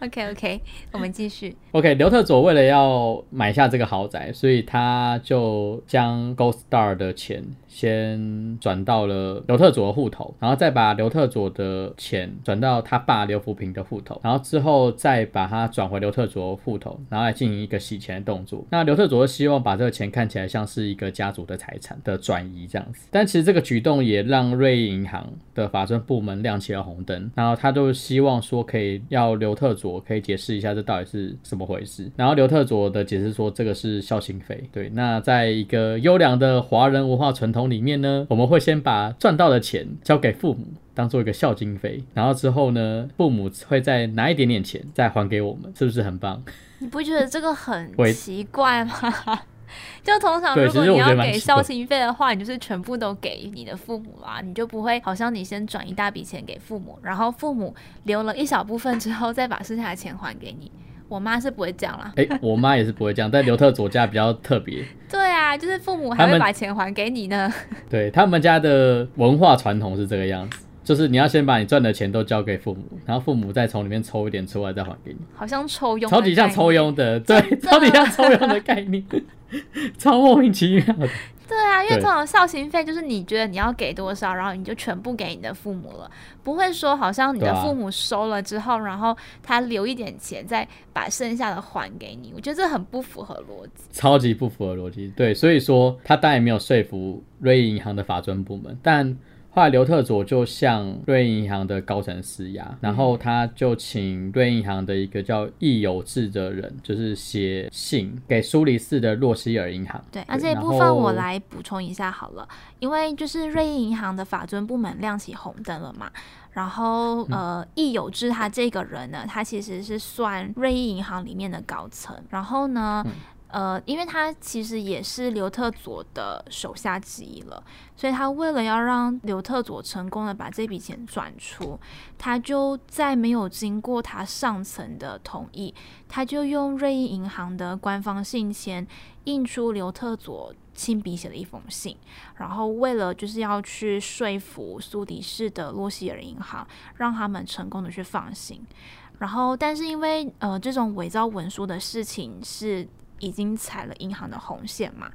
Speaker 2: OK OK，我们继续。
Speaker 1: OK，刘特佐为了要买下这个豪宅，所以他就将 Gold Star 的钱先转到了刘特佐的户头，然后再把刘特佐的钱转到他爸刘福平的户头，然后之后再把它转回刘特佐的户头，然后来进行一个洗钱的动作。那刘特佐希望把这个钱看起来像是一个家族的财产的转移这样子，但其实这个举动也让瑞银行的法政部门亮起了红灯，然后他就希望说可以要刘特佐可以解释一下这到底是怎么回事。然后刘特佐的解释说这个是孝心费。对，那在一个优良的华人文化传统里面呢，我们会先把赚到的钱交给父母。当做一个孝经费，然后之后呢，父母会再拿一点点钱再还给我们，是不是很棒？
Speaker 2: 你不觉得这个很
Speaker 1: 喂
Speaker 2: 奇怪吗？ 就通常
Speaker 1: 对
Speaker 2: 如果
Speaker 1: 其实
Speaker 2: 你
Speaker 1: 我觉
Speaker 2: 要
Speaker 1: 得蛮
Speaker 2: 给
Speaker 1: 奇怪
Speaker 2: 孝心费的话，你就是全部都给你的父母啊，你就不会好像你先转一大笔钱给父母，然后父母留了一小部分之后再把剩下的钱还给你。我妈是不会这样啦，
Speaker 1: 哎、我妈也是不会这样，但刘特佐家比较特别，
Speaker 2: 对啊，就是父母
Speaker 1: 他
Speaker 2: 还会
Speaker 1: 们
Speaker 2: 把钱还给你呢。
Speaker 1: 对他们家的文化传统是这个样子。就是你要先把你赚的钱都交给父母，然后父母再从里面抽一点出来再还给你，
Speaker 2: 好像抽佣，
Speaker 1: 超级像抽，佣的，对，超级像抽佣的概念， 超莫名其妙的。
Speaker 2: 对啊，因为
Speaker 1: 对
Speaker 2: 这种孝行费就是你觉得你要给多少，然后你就全部给你的父母了，不会说好像你
Speaker 1: 对
Speaker 2: 的
Speaker 1: 啊
Speaker 2: 父母收了之后，然后他留一点钱再把剩下的还给你，我觉得这很不符合逻辑。
Speaker 1: 超级不符合逻辑。对，所以说他当然没有说服瑞银行的法专部门，但后来刘特佐就向瑞银行的高层施
Speaker 2: 嗯
Speaker 1: 压，然后他就请瑞银行的一个叫易有志的人，就是写信给苏黎世的洛希尔银行。
Speaker 2: 对，那这一
Speaker 1: 然
Speaker 2: 部分我
Speaker 1: 后
Speaker 2: 来补充一下好了，因为就是瑞银银行的法尊部门亮起红灯了嘛。然
Speaker 1: 嗯
Speaker 2: 后，呃，易有志他这个人呢，他其实是算瑞银银行里面的高层。然后呢，
Speaker 1: 嗯
Speaker 2: 呃，因为他其实也是刘特佐的手下之一了，所以他为了要让刘特佐成功的把这笔钱转出，他就在没有经过他上层的同意，他就用瑞银银行的官方信签印出刘特佐亲笔写的一封信，然后为了就是要去说服苏黎世的洛希尔银行，让他们成功的去放行。然后，但是因为呃这种伪造文书的事情是已经踩了银行的红线嘛，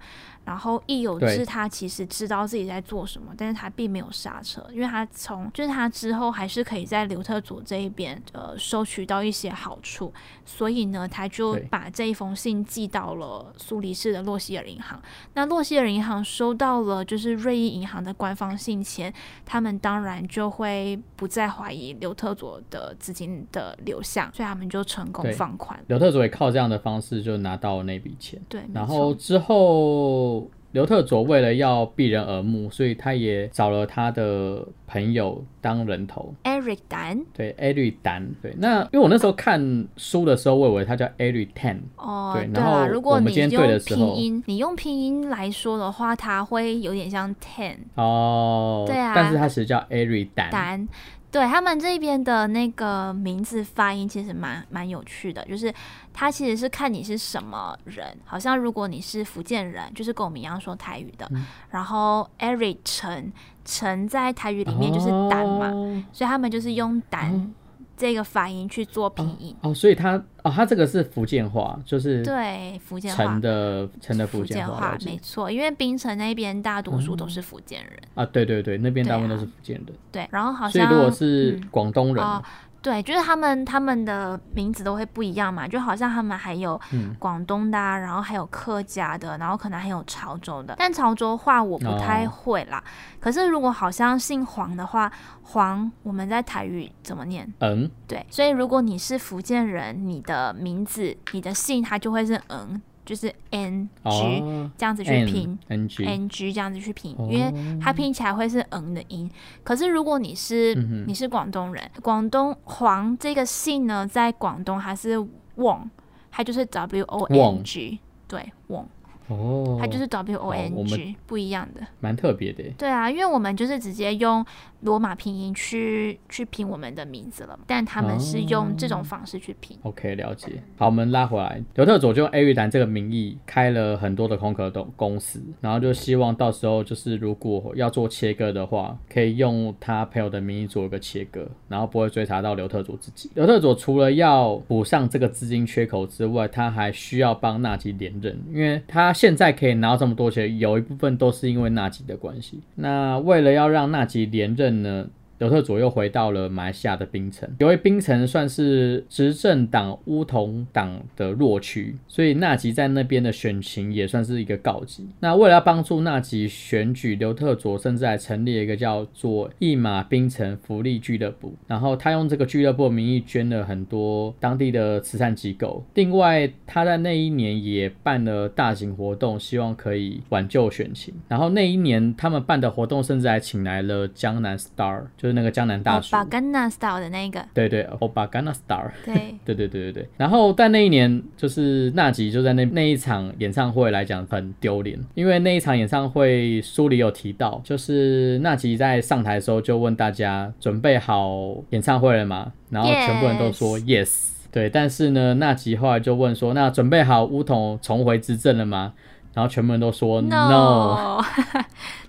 Speaker 2: 然后易有
Speaker 1: 对
Speaker 2: 志他其实知道自己在做什么，但是他并没有刹车，因为他从就是他之后还是可以在刘特佐这一边呃收取到一些好处，所以呢，他就
Speaker 1: 对
Speaker 2: 把这一封信寄到了苏黎世的洛希尔银行。那洛希尔银行收到了就是瑞银银行的官方信前，他们当然就会不再怀疑刘特佐的资金的流向，所以他们就成功
Speaker 1: 对
Speaker 2: 放款。
Speaker 1: 刘特佐也靠这样的方式就拿到了那笔钱。
Speaker 2: 对，没
Speaker 1: 然
Speaker 2: 错
Speaker 1: 后之后，刘特佐为了要避人耳目，所以他也找了他的朋友当人头，
Speaker 2: Eric 丹
Speaker 1: 对，艾瑞丹。对，那因为我那时候看书的时候，我以为他叫艾瑞 Ten。
Speaker 2: 哦，
Speaker 1: 对然
Speaker 2: 啦，
Speaker 1: 后
Speaker 2: 如果
Speaker 1: 我们
Speaker 2: 你
Speaker 1: 今天对
Speaker 2: 用
Speaker 1: 的时
Speaker 2: 拼
Speaker 1: 候
Speaker 2: 音，你用拼音来说的话，它会有点像 ten
Speaker 1: 哦，
Speaker 2: 对啊
Speaker 1: 但是他其实叫艾瑞丹。
Speaker 2: 丹。对他们这边的那个名字发音其实蛮蛮有趣的，就是它其实是看你是什么人，好像如果你是福建人，就是跟我们一样说台语的，
Speaker 1: 嗯
Speaker 2: 然后 Eric 陈陈在台语里面就是丹嘛，
Speaker 1: 哦
Speaker 2: 所以他们就是用
Speaker 1: 哦
Speaker 2: 丹这个发音去做拼音，
Speaker 1: 哦，所以他哦，他这个是福建话，就是
Speaker 2: 对福建话
Speaker 1: 陈。的陈的
Speaker 2: 福
Speaker 1: 福建
Speaker 2: 话
Speaker 1: 了解哦
Speaker 2: 没错，因为槟城那边大多数都是福建人，
Speaker 1: 啊，对对对，那边
Speaker 2: 对
Speaker 1: 大部分都
Speaker 2: 啊
Speaker 1: 是福建人，
Speaker 2: 对，然后好
Speaker 1: 所以
Speaker 2: 像
Speaker 1: 如果是
Speaker 2: 嗯
Speaker 1: 广东人呢，
Speaker 2: 哦对，就是他们他们的名字都会不一样嘛，就好像他们还有
Speaker 1: 嗯
Speaker 2: 广东的、啊，然后还有客家的，然后可能还有潮州的。但潮州话我不太
Speaker 1: 哦
Speaker 2: 会啦。可是如果好像姓黄的话，黄我们在台语怎么念？
Speaker 1: 嗯，
Speaker 2: 对，所以如果你是福建人，你的名字、你的姓它就会是嗯，就是 n g、
Speaker 1: 哦
Speaker 2: 这样子去拼
Speaker 1: ，N。N G，
Speaker 2: n g 这样子去拼，
Speaker 1: 哦
Speaker 2: 因为它拼起来会是嗯的音。可是如果你是、
Speaker 1: 嗯哼
Speaker 2: 你是广东人，广东黄这个姓呢，在广东它是旺，它就是 w o n g，对，旺，
Speaker 1: 哦，
Speaker 2: 它就是 w o
Speaker 1: 好我
Speaker 2: n
Speaker 1: 们
Speaker 2: g，不一样的。
Speaker 1: 蛮特别的耶，
Speaker 2: 对啊，因为我们就是直接用罗马拼音去去拼我们的名字了，但他们是
Speaker 1: 哦
Speaker 2: 用这种方式去拼。
Speaker 1: OK，了解。好，我们拉回来，刘特佐就用 A 玉兰这个名义开了很多的空壳公公司，然后就希望到时候就是如果要做切割的话，可以用他朋友的名义做一个切割，然后不会追查到刘特佐自己。刘特佐除了要补上这个资金缺口之外，他还需要帮纳吉连任，因为他现在可以拿到这么多钱，有一部分都是因为纳吉的关系。那为了要让纳吉连任呢，刘特佐又回到了马来西亚的槟城，由于槟城算是执政党乌统党的弱区，所以纳吉在那边的选情也算是一个告急。那为了要帮助纳吉选举，刘特佐甚至还成立了一个叫做一马槟城福利俱乐部，然后他用这个俱乐部的名义捐了很多当地的慈善机构。另外，他在那一年也办了大型活动，希望可以挽救选情。然后那一年他们办的活动甚至还请来了江南 Star，就是那个江南大
Speaker 2: 哦
Speaker 1: 叔。
Speaker 2: ，Bagana style 的那个，
Speaker 1: 对对，欧巴 g a n a Star。
Speaker 2: 对
Speaker 1: 对对对对对。然后但那一年就是纳吉就在那那一场演唱会来讲很丢脸，因为那一场演唱会书里有提到，就是纳吉在上台的时候就问大家准备好演唱会了吗？然后全部人都说 yes。对，但是呢，纳吉后来就问说，那准备好乌统重回执政了吗？然后全部人都说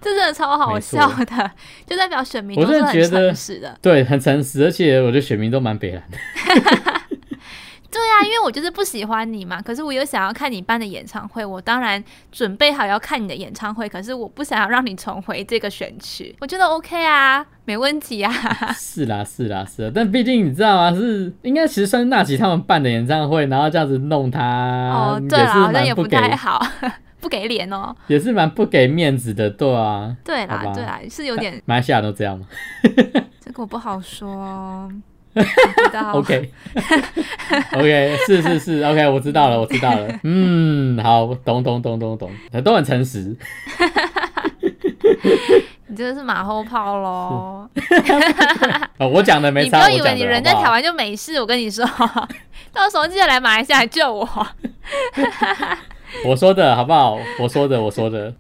Speaker 2: 这真的超好
Speaker 1: Oh 没错
Speaker 2: 笑的，就代表选民
Speaker 1: 我
Speaker 2: 都
Speaker 1: 真
Speaker 2: 是
Speaker 1: 的
Speaker 2: 很
Speaker 1: 觉得
Speaker 2: 诚实的。
Speaker 1: 对，很诚实，而且我觉得选民都蛮北蓝的。
Speaker 2: 对啊，因为我就是不喜欢你嘛，可是我有想要看你办的演唱会，我当然准备好要看你的演唱会，可是我不想要让你重回这个选区，我觉得 OK 啊，没问题啊。
Speaker 1: 是啦，是啦，是啦，但毕竟你知道吗？啊是应该其实算是纳吉他们办的演唱会，然后这样子弄他，
Speaker 2: 哦，对
Speaker 1: 嗯也
Speaker 2: 啦，
Speaker 1: 是
Speaker 2: 好像也
Speaker 1: 蛮
Speaker 2: 不
Speaker 1: 给，
Speaker 2: 太好，不给脸哦。
Speaker 1: 也是蛮不给面子的，对啊。
Speaker 2: 对啦
Speaker 1: 好吧，
Speaker 2: 对啦，是有点
Speaker 1: 马来西亚都这样吗、
Speaker 2: 这个我不好 说哦，我不知道
Speaker 1: o k OK，是是是，OK，我知道了，我知道 了。嗯，好，懂懂懂懂懂，都很诚实。
Speaker 2: 你真的是马后炮喽！
Speaker 1: 哦，我讲的没
Speaker 2: 你不
Speaker 1: 差，
Speaker 2: 要
Speaker 1: 我
Speaker 2: 以
Speaker 1: 讲的
Speaker 2: 为你人在
Speaker 1: 好不
Speaker 2: 台
Speaker 1: 好
Speaker 2: 湾就没事，我跟你说，到时候记得来马来西亚救我。
Speaker 1: 我说的好不好？我说的，我说的，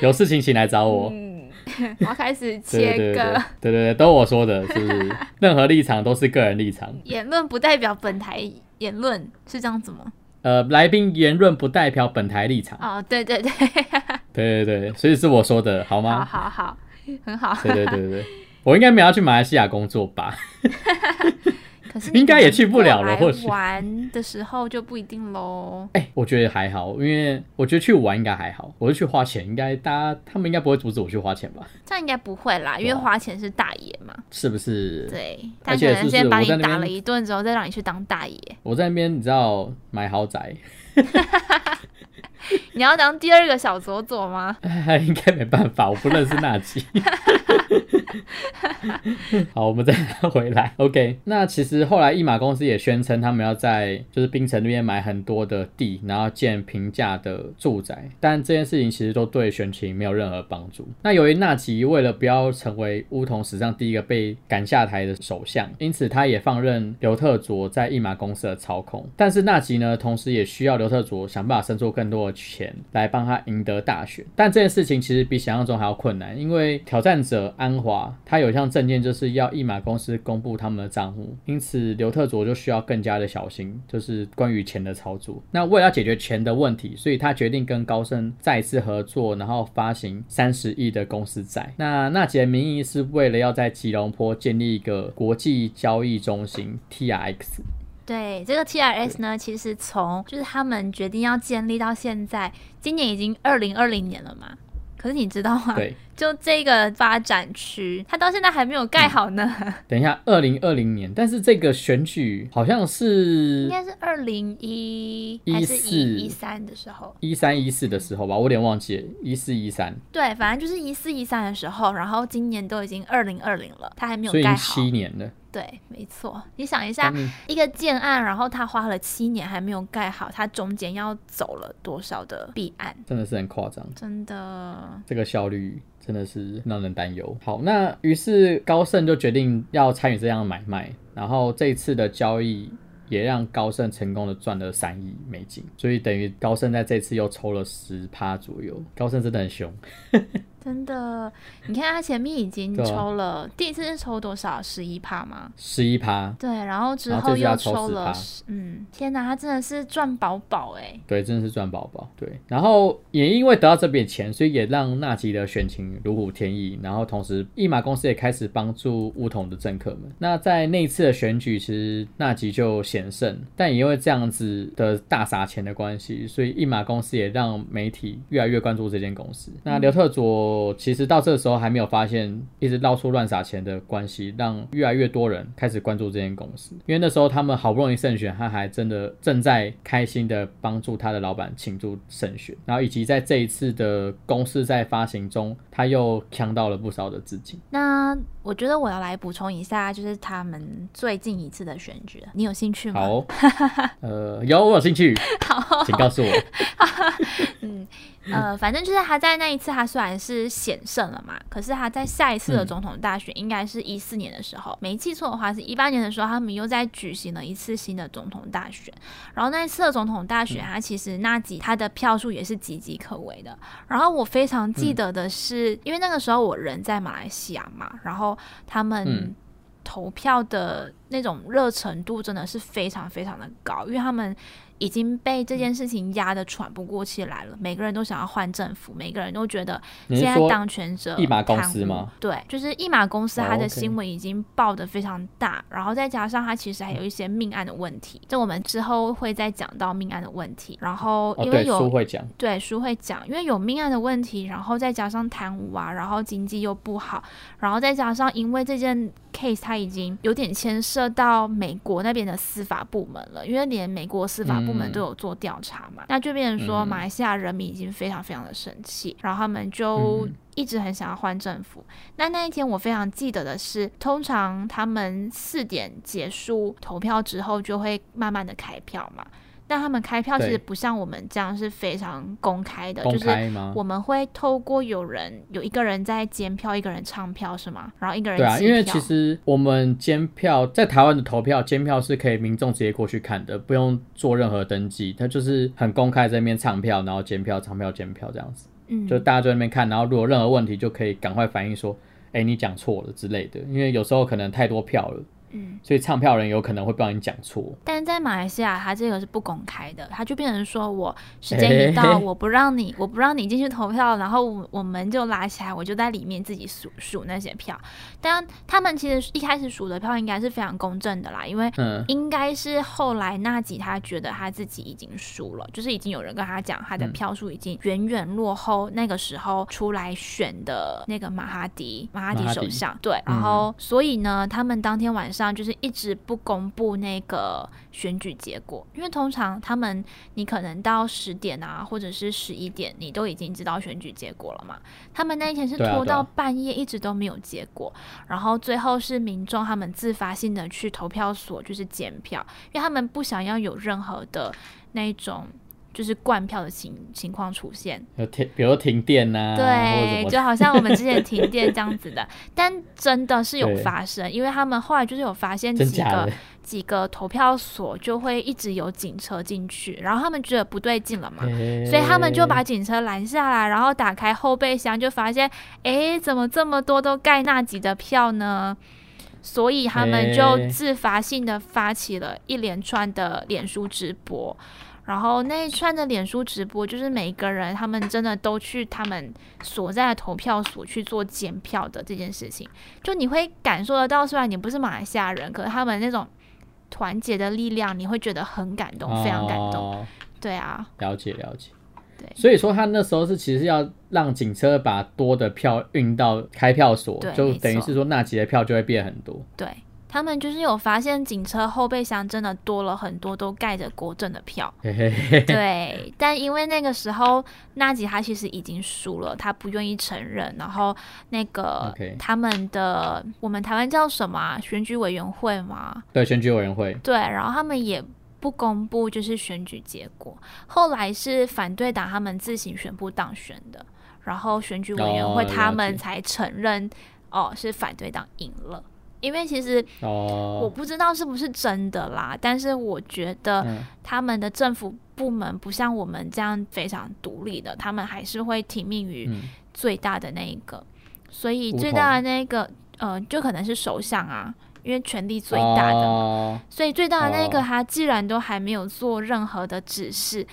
Speaker 1: 有事情请来找我。
Speaker 2: 嗯， 我要开始
Speaker 1: 对对
Speaker 2: 切
Speaker 1: 对对
Speaker 2: 割
Speaker 1: 对。对对，都我说的，是不 是？任何立场都是个人立场。
Speaker 2: 言论不代表本台言论，是这样子吗？
Speaker 1: 呃，来宾言论不代表本台立场。
Speaker 2: 哦，对对对，
Speaker 1: 对对对，所以是我说的，好
Speaker 2: 好
Speaker 1: 吗？
Speaker 2: 好好，很好。
Speaker 1: 对对对对对，我应该没有要去马来西亚工作吧？
Speaker 2: 可是
Speaker 1: 应该也去不了了或
Speaker 2: 或
Speaker 1: 许
Speaker 2: 玩的时候就不一定喽。
Speaker 1: 哎、我觉得还好，因为我觉得去玩应该还好，我是去花钱，应该大家他们应该不会阻止我去花钱吧？
Speaker 2: 这样应该不会啦，
Speaker 1: 对
Speaker 2: 因
Speaker 1: 啊
Speaker 2: 为花钱是大爷嘛。
Speaker 1: 是不是？
Speaker 2: 对，
Speaker 1: 而
Speaker 2: 但可
Speaker 1: 且是
Speaker 2: 能
Speaker 1: 不
Speaker 2: 先
Speaker 1: 是
Speaker 2: 把
Speaker 1: 我
Speaker 2: 你
Speaker 1: 在那
Speaker 2: 打
Speaker 1: 边
Speaker 2: 了一顿之后，再让你去当大爷。
Speaker 1: 我在那边你知道买豪宅，
Speaker 2: 你要当第二个小佐佐吗？
Speaker 1: 应该没办法，我不认识纳 吉。好，我们再拉回来。OK，那其实后来一马公司也宣称他们要在就是槟城那边买很多的地，然后建平价的住宅，但这件事情其实都对选情没有任何帮助。那由于纳吉为了不要成为乌统史上第一个被赶下台的首相，因此他也放任刘特佐在一马公司的操控。但是纳吉呢，同时也需要刘特佐想办法生出更多的钱来帮他赢得大选。但这件事情其实比想象中还要困难，因为挑战者安华他有一项证件就是要一马公司公布他们的账户，因此刘特佐就需要更加的小心，就是关于钱的操作。那为了要解决钱的问题，所以他决定跟高盛再次合作，然后发行三十亿的公司债。那纳吉的名义是为了要在吉隆坡建立一个国际交易中心 TRX。
Speaker 2: 对，这个 TRS 呢，其实从就是他们决定要建立到现在，今年已经二零二零年了嘛。可是你知道吗？
Speaker 1: 对，
Speaker 2: 就这个发展区，它到现在还没有
Speaker 1: 嗯
Speaker 2: 盖好呢，
Speaker 1: 等一下，二零二零年，但是这个选举好像
Speaker 2: 应
Speaker 1: 是
Speaker 2: 该是二零一还是一一三的时候，
Speaker 1: 一三一四的时候吧，我有点忘记了，一四一三，
Speaker 2: 对，反正就是一四一三的时候，然后今年都已经二零二零了，它还没有
Speaker 1: 所以已
Speaker 2: 盖
Speaker 1: 经
Speaker 2: 好。啊
Speaker 1: 七年了。
Speaker 2: 对，没错。你想一下，
Speaker 1: 嗯
Speaker 2: 一个建案，然后他花了七年还没有盖好，他中间要走了多少的弊案？
Speaker 1: 真的是很夸张，
Speaker 2: 真的，
Speaker 1: 这个效率真的是让人担忧。好，那于是高盛就决定要参与这样的买卖，然后这一次的交易也让高盛成功的赚了三亿美金，所以等于高盛在这次又抽了十趴左右。高盛真的很凶，
Speaker 2: 真的。你看他前面已经
Speaker 1: 对啊
Speaker 2: 抽了，第一次是抽多少？十一趴吗？
Speaker 1: 十一趴，
Speaker 2: 对，然后之
Speaker 1: 然后这次
Speaker 2: 又
Speaker 1: 要抽
Speaker 2: 抽了
Speaker 1: 10%
Speaker 2: 10，嗯，天哪，他真的是赚饱饱哎。
Speaker 1: 对，真的是赚宝宝。对，然后也因为得到这笔钱，所以也让纳吉的选情如虎添翼。然后同时，一马公司也开始帮助乌统的政客们。那在那一次的选举，其实纳吉就险胜，但也因为这样子的大撒钱的关系，所以一马公司也让媒体越来越关注这间公司。那刘特佐其实到这时候还没有发现，一直到处乱撒钱的关系，让越来越多人开始关注这间公司。因为那时候他们好不容易胜选，他还真的正在开心的帮助他的老板庆祝胜选，然后以及在这一次的公司在发行中，他又抢到了不少的资金。
Speaker 2: 那我觉得我要来补充一下，就是他们最近一次的选举，你有兴趣吗？
Speaker 1: 好哦、呃，有我有兴趣，请告诉我。
Speaker 2: 呃，反正就是他在那一次，他虽然是险胜了嘛，可是他在下一次的总统大选，应该是一四年的时候，没记错的话是一八年的时候，他们又在举行了一次新的总统大选。然后那一次的总统大选，他其实那几他的票数也是岌岌可危的。然后我非常记得的是，因为那个时候我人在马来西亚嘛，然后他们
Speaker 1: 嗯
Speaker 2: 投票的那种热程度真的是非常非常的高，因为他们已经被这
Speaker 1: 嗯
Speaker 2: 件事情压得喘不过气来了，每个人都想要换政府，每个人都觉得
Speaker 1: 你
Speaker 2: 现
Speaker 1: 是
Speaker 2: 在
Speaker 1: 说
Speaker 2: 当权者
Speaker 1: 一马公
Speaker 2: 贪
Speaker 1: 司
Speaker 2: 污
Speaker 1: 吗？
Speaker 2: 对，就是一马公司
Speaker 1: 哦
Speaker 2: 它的
Speaker 1: ，OK
Speaker 2: 新闻已经报得非常大，然后再加上它其实还有一些命案的问题，这我们之后会再讲到命案的问题。然后
Speaker 1: 哦，
Speaker 2: 因为
Speaker 1: 对，
Speaker 2: 有、
Speaker 1: 书会讲，
Speaker 2: 对书会讲，因为有命案的问题，然后再加上贪污啊，然后经济又不好，然后再加上因为这件 case 它已经有点牵涉到美国那边的司法部门了，因为连美国司法部门
Speaker 1: 嗯
Speaker 2: 都有做调查嘛，那就变成说
Speaker 1: 嗯
Speaker 2: 马来西亚人民已经非常非常的生气，然后他们就
Speaker 1: 嗯
Speaker 2: 一直很想要换政府。那那一天我非常记得的是，通常他们四点结束投票之后，就会慢慢的开票嘛。但他们开票其
Speaker 1: 对
Speaker 2: 实不像我们这样是非常公开的，
Speaker 1: 公
Speaker 2: 就是
Speaker 1: 开吗
Speaker 2: 我？们会透过有人有一个人在监票，一个人唱票是吗？然后一个人
Speaker 1: 对啊，
Speaker 2: 计
Speaker 1: 因为
Speaker 2: 票
Speaker 1: 其实我们监票在台湾的投票，监票是可以民众直接过去看的，不用做任何登记，它就是很公开在那边唱票，然后监票、唱票、监票这样子，
Speaker 2: 嗯
Speaker 1: 就大家就在那边看，然后如果有任何问题就可以赶快反映说，哎、你讲错了之类的，因为有时候可能太多票了，
Speaker 2: 嗯，
Speaker 1: 所以唱票人有可能会不小心讲错。
Speaker 2: 但是在马来西亚，它这个是不公开的，它就变成说我时间一到，
Speaker 1: 哎
Speaker 2: 我不让你，我不让你进去投票，然后我我们就拉起来，我就在里面自己数数那些票。但他们其实一开始数的票应该是非常公正的啦，因为
Speaker 1: 嗯，
Speaker 2: 应该是后来纳吉他觉得他自己已经输了，就是已经有人跟他讲他的
Speaker 1: 嗯
Speaker 2: 票数已经远远落后那个时候出来选的那个马哈迪马哈迪
Speaker 1: 马哈迪嗯
Speaker 2: 首相，对，然后所以呢，他们当天晚上就是一直不公布那个选举结果，因为通常他们你可能到十点啊，或者是十一点，你都已经知道选举结果了嘛，他们那一天是
Speaker 1: 对啊
Speaker 2: 拖
Speaker 1: 对啊
Speaker 2: 到半夜一直都没有结果，然后最后是民众他们自发性的去投票所就是检票，因为他们不想要有任何的那一种就是灌票的情情况出现。
Speaker 1: 有停，比如说停电呐、啊或者什
Speaker 2: 对，
Speaker 1: 么
Speaker 2: 就好像我们之前停电这样子 的，但真的是有
Speaker 1: 对
Speaker 2: 发生，因为他们后来就是有发现
Speaker 1: 真
Speaker 2: 几
Speaker 1: 假
Speaker 2: 个
Speaker 1: 的，
Speaker 2: 几个投票所就会一直有警车进去，然后他们觉得不对劲了嘛，所以他们
Speaker 1: 哦
Speaker 2: 就把警车拦下来，然后打开后备箱，就发现，诶，怎么这么多都盖纳吉的票呢？所以他们就
Speaker 1: 诶
Speaker 2: 自发性的发起了一连串的脸书直播，然后那一串的脸书直播，就是每一个人他们真的都去他们所在的投票所去做检票的这件事情，就你会感受得到，虽然你不是马来西亚人，可是他们那种团结的力量，你会觉得很感动，非常感动。
Speaker 1: 哦
Speaker 2: 对啊，
Speaker 1: 了解了解。
Speaker 2: 对
Speaker 1: 所以说他那时候是其实要让警车把多的票运到开票所
Speaker 2: 对，
Speaker 1: 就
Speaker 2: 没
Speaker 1: 等于
Speaker 2: 错
Speaker 1: 是说纳吉的票就会变很 多。
Speaker 2: 对他们就是有发现警车后备箱真的多了很多，都盖着国政的
Speaker 1: 。
Speaker 2: 票
Speaker 1: 嘿嘿嘿，
Speaker 2: 对，但因为那个时候纳吉他其实已经输了，他不愿意承认。然后那个
Speaker 1: OK
Speaker 2: 他们的我们台湾叫什么啊、选举委员会吗？
Speaker 1: 对，选举委员会，
Speaker 2: 对，然后他们也不公布就是选举结果，后来是反对党他们自行宣布当选的，然后选举委员
Speaker 1: 哦
Speaker 2: 会他
Speaker 1: 了解
Speaker 2: 们才承认哦是反对党赢了，因为其实我
Speaker 1: 哦，
Speaker 2: 不知道是不是真的啦，但是我觉得
Speaker 1: 嗯，
Speaker 2: 他们的政府部门不像我们这样非常独立的，他们还是会听命于
Speaker 1: 嗯
Speaker 2: 最大的那一个，所以
Speaker 1: 巫
Speaker 2: 最
Speaker 1: 统
Speaker 2: 大的那一个呃，就可能是首相啊，因为权力最大的嘛。
Speaker 1: 哦
Speaker 2: 所以最大的那个，
Speaker 1: 哦
Speaker 2: 他既然都还没有做任何的指示，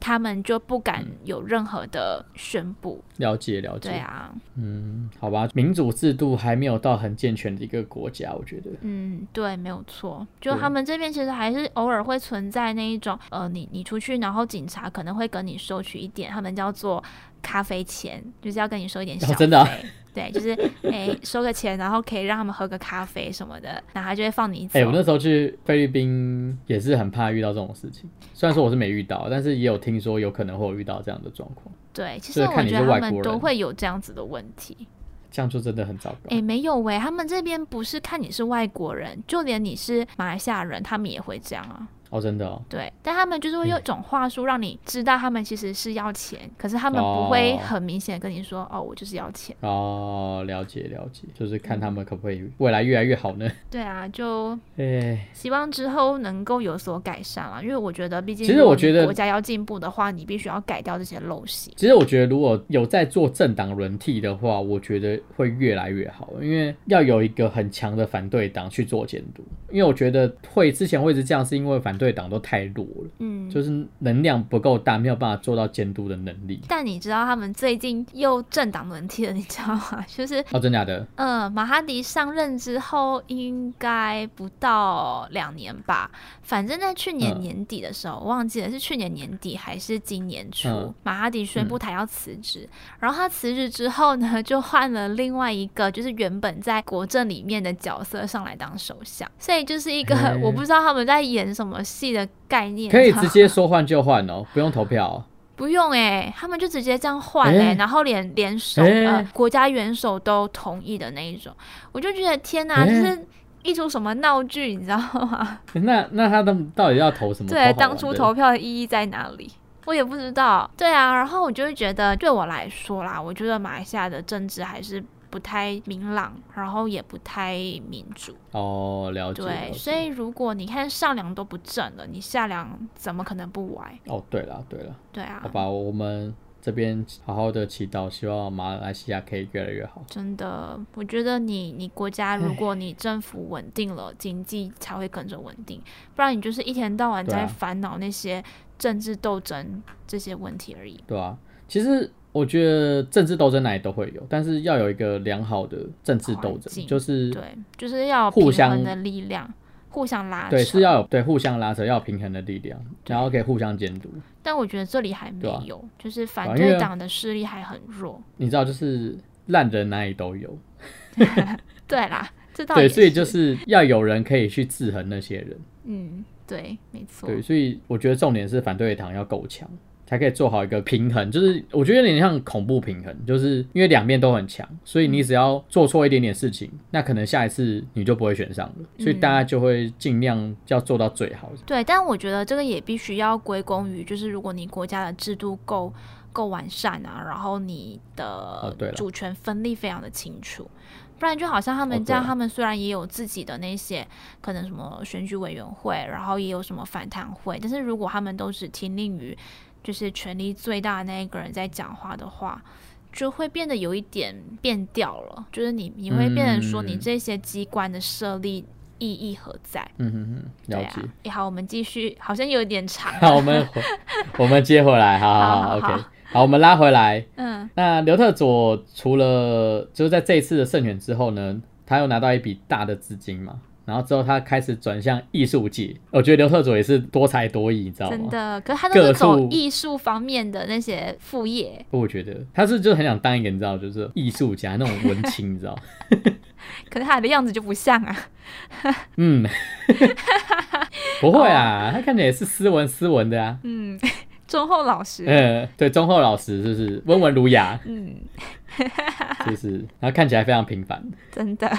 Speaker 2: 他们就不敢
Speaker 1: 嗯
Speaker 2: 有任何的宣布。
Speaker 1: 了解了解，
Speaker 2: 对啊，
Speaker 1: 嗯，好吧，民主制度还没有到很健全的一个国家，我觉得。
Speaker 2: 嗯，对，没有错。就
Speaker 1: 对
Speaker 2: 他们这边其实还是偶尔会存在那一种，呃，你你出去，然后警察可能会跟你收取一点，他们叫做咖啡钱，就是要跟你收一点小费。
Speaker 1: 哦真的啊
Speaker 2: 对，就是诶、收个钱，然后可以让他们喝个咖啡什么的，那他就会放你走。
Speaker 1: 哎、我那时候去菲律宾也是很怕遇到这种事情，虽然说我是没遇到，但是也有听说有可能会有遇到这样的状况，
Speaker 2: 对，其实
Speaker 1: 就是
Speaker 2: 我
Speaker 1: 看你
Speaker 2: 觉
Speaker 1: 是
Speaker 2: 得他
Speaker 1: 外
Speaker 2: 们
Speaker 1: 国
Speaker 2: 都
Speaker 1: 人
Speaker 2: 会有这样子的问题。
Speaker 1: 这样就真的很糟糕。
Speaker 2: 诶，没有喂、他们这边不是看你是外国人，就连你是马来西亚人，他们也会这样啊。
Speaker 1: 哦，真的哦，
Speaker 2: 对，但他们就是会用一种话术让你知道他们其实是要钱，可是他们不会很明显地跟你说哦，我就是要钱。
Speaker 1: 哦，了解了解，就是看他们可不可以未来越来越好呢？
Speaker 2: 对啊，就
Speaker 1: 哎，
Speaker 2: 希望之后能够有所改善啊，因为我觉得毕竟
Speaker 1: 其实
Speaker 2: 如果
Speaker 1: 我觉
Speaker 2: 你
Speaker 1: 得
Speaker 2: 国家要进步的话，你必须要改掉这些陋习。
Speaker 1: 其实我觉得如果有在做政党轮替的话，我觉得会越来越好，因为要有一个很强的反对党去做监督，因为我觉得会之前会一直这样，是因为反对党都太弱了。
Speaker 2: 嗯，
Speaker 1: 就是能量不够大，没有办法做到监督的能力。
Speaker 2: 但你知道他们最近又政党轮替了，你知道吗？ 就是
Speaker 1: 哦，真假的？
Speaker 2: 嗯，马哈迪上任之后应该不到两年吧，反正在去年
Speaker 1: 嗯
Speaker 2: 年底的时候，我忘记了是去年年底还是今年初，
Speaker 1: 嗯
Speaker 2: 马哈迪宣布
Speaker 1: 嗯
Speaker 2: 他要辞职。然后他辞职之后呢，就换了另外一个，就是原本在国政里面的角色上来当首相，所以就是一个
Speaker 1: 嘿
Speaker 2: 我不知道他们在演什么戏的概
Speaker 1: 哎
Speaker 2: 念。
Speaker 1: 可以
Speaker 2: 然后
Speaker 1: 直接说换就换哦，不用投票哦、
Speaker 2: 不用哎、他们就直接这样换哎、
Speaker 1: 欸
Speaker 2: 然后连连首、
Speaker 1: 欸
Speaker 2: 呃国家元首都同意的那一种，我就觉得天哪、
Speaker 1: 欸
Speaker 2: 就是一出什么闹剧，你知道 吗？
Speaker 1: 那那他们到底要投什么？
Speaker 2: 对，
Speaker 1: 投好玩
Speaker 2: 当初
Speaker 1: 的
Speaker 2: 投票的意义在哪里？我也不知道。对啊，然后我就会觉得，对我来说啦，我觉得马来西亚的政治还是不太明朗，然后也不太民主。
Speaker 1: 哦，了解。了
Speaker 2: 对，
Speaker 1: 解
Speaker 2: 所以如果你看上梁都不正了，你下梁怎么可能不歪？
Speaker 1: 哦，对了对了，
Speaker 2: 对啊
Speaker 1: 好，吧，我们这边好好的祈祷，希望马来西亚可以越来越好。
Speaker 2: 真的，我觉得你你国家，如果你政府稳定了，经济才会跟着稳定，不然你就是一天到晚
Speaker 1: 对啊
Speaker 2: 在烦恼那些政治斗争这些问题而已。
Speaker 1: 对啊，其实我觉得政治斗争哪里都会有，但是要有一个良好的政治斗
Speaker 2: 环
Speaker 1: 争，
Speaker 2: 境
Speaker 1: 就是
Speaker 2: 对，就是要有
Speaker 1: 互
Speaker 2: 平
Speaker 1: 相
Speaker 2: 衡的力量，互相拉扯。
Speaker 1: 对是要有对互相拉扯，要有平衡的力量，然后可以互相监督。
Speaker 2: 但我觉得这里还没
Speaker 1: 对啊
Speaker 2: 有，就是反
Speaker 1: 对啊因
Speaker 2: 对
Speaker 1: 为
Speaker 2: 党的势力还很弱。
Speaker 1: 你知道，就是烂人哪里都有。
Speaker 2: 对啦，这倒
Speaker 1: 对，
Speaker 2: 也
Speaker 1: 所以就是要有人可以去制衡那些人。
Speaker 2: 嗯，对，没错。
Speaker 1: 对，所以我觉得重点是反对党要够强，才可以做好一个平衡。就是我觉得有点像恐怖平衡，就是因为两面都很强，所以你
Speaker 2: 嗯
Speaker 1: 只要做错一点点事情，那可能下一次你就不会选上了。所以大
Speaker 2: 嗯
Speaker 1: 家就会尽量要做到最好。
Speaker 2: 对，但我觉得这个也必须要归功于，就是如果你国家的制度够够完善啊，然后你的
Speaker 1: 哦对了
Speaker 2: 主权分立非常的清楚，不然就好像他
Speaker 1: 哦
Speaker 2: 们
Speaker 1: 对
Speaker 2: 这样，
Speaker 1: 了
Speaker 2: 他们虽然也有自己的那些可能什么选举委员会，然后也有什么反贪会，但是如果他们都只听令于就是权力最大的那一个人在讲话的话。就会变得有一点变调了，就是你你会变成说你
Speaker 1: 嗯
Speaker 2: 这些机关的设立意义何在？
Speaker 1: 嗯哼哼，了
Speaker 2: 对
Speaker 1: 解。
Speaker 2: 啊诶好，我们继续，好像有点长。
Speaker 1: 好，我们回我们接回来，好好
Speaker 2: 好
Speaker 1: 好
Speaker 2: 好
Speaker 1: o k 好，我们拉回来。
Speaker 2: 嗯
Speaker 1: 那刘特佐除了就是在这一次的胜选之后呢，他又拿到一笔大的资金嘛，然后之后他开始转向艺术界。我觉得刘特佐也是多才多艺，你知道
Speaker 2: 真
Speaker 1: 吗？
Speaker 2: 的，可是他都
Speaker 1: 啊各
Speaker 2: 是走
Speaker 1: 处
Speaker 2: 艺术方面的那些副业，
Speaker 1: 我觉得他是就是很想当一个你知道，就是艺术家那种文青，你 知道？
Speaker 2: 可是他的样子就不像啊。
Speaker 1: 嗯， 不会啊，他看起来也是斯文斯文的啊。
Speaker 2: 嗯，忠厚老实。
Speaker 1: 嗯，对，忠厚老实，就是温文儒雅，
Speaker 2: 嗯，
Speaker 1: 就是，然后看起来非常平凡。
Speaker 2: 真的。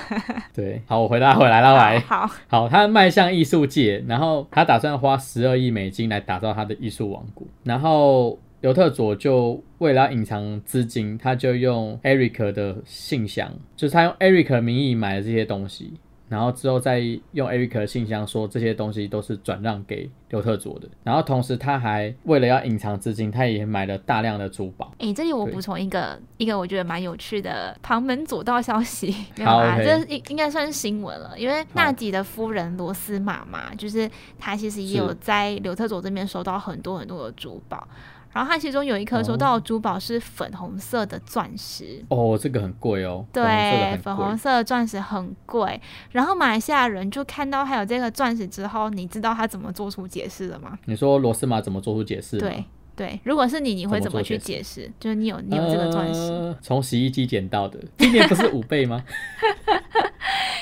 Speaker 1: 对，好，我回答回来啦，回来。
Speaker 2: 好，好
Speaker 1: 好，他迈向艺术界，然后他打算花十二亿美金来打造他的艺术王国。然后刘特佐就为了要隐藏资金，他就用 Eric 的信箱，就是他用 Eric 的名义买了这些东西，然后之后再用 Eric 的信箱说这些东西都是转让给刘特佐的。然后同时他还为了要隐藏资金，他也买了大量的珠宝。
Speaker 2: 诶，这里我
Speaker 1: 对
Speaker 2: 补充一个一个我觉得蛮有趣的旁门左道消息， 没有
Speaker 1: 好
Speaker 2: 啊，
Speaker 1: ，OK
Speaker 2: 这应应该算是新闻了，因为纳吉的夫人罗斯玛嘛，就是她其实也
Speaker 1: 是
Speaker 2: 有在刘特佐这边收到很多很多的珠宝，然后她其中有一颗收
Speaker 1: 哦
Speaker 2: 到的珠宝是粉红色的钻石，
Speaker 1: 哦，这个很贵哦，粉红色的
Speaker 2: 对，
Speaker 1: 很
Speaker 2: 粉
Speaker 1: 贵
Speaker 2: 红色的钻石很贵。然后马来西亚人就看到还有这个钻石之后，你知道他怎么做出解释的吗？
Speaker 1: 你说罗斯玛怎么做出解释吗？
Speaker 2: 对对，如果是你，你会怎
Speaker 1: 怎么做
Speaker 2: 么去
Speaker 1: 解
Speaker 2: 解释？就是你有你有这个钻石，
Speaker 1: 呃从、洗衣机捡到的，今年不是五倍 吗？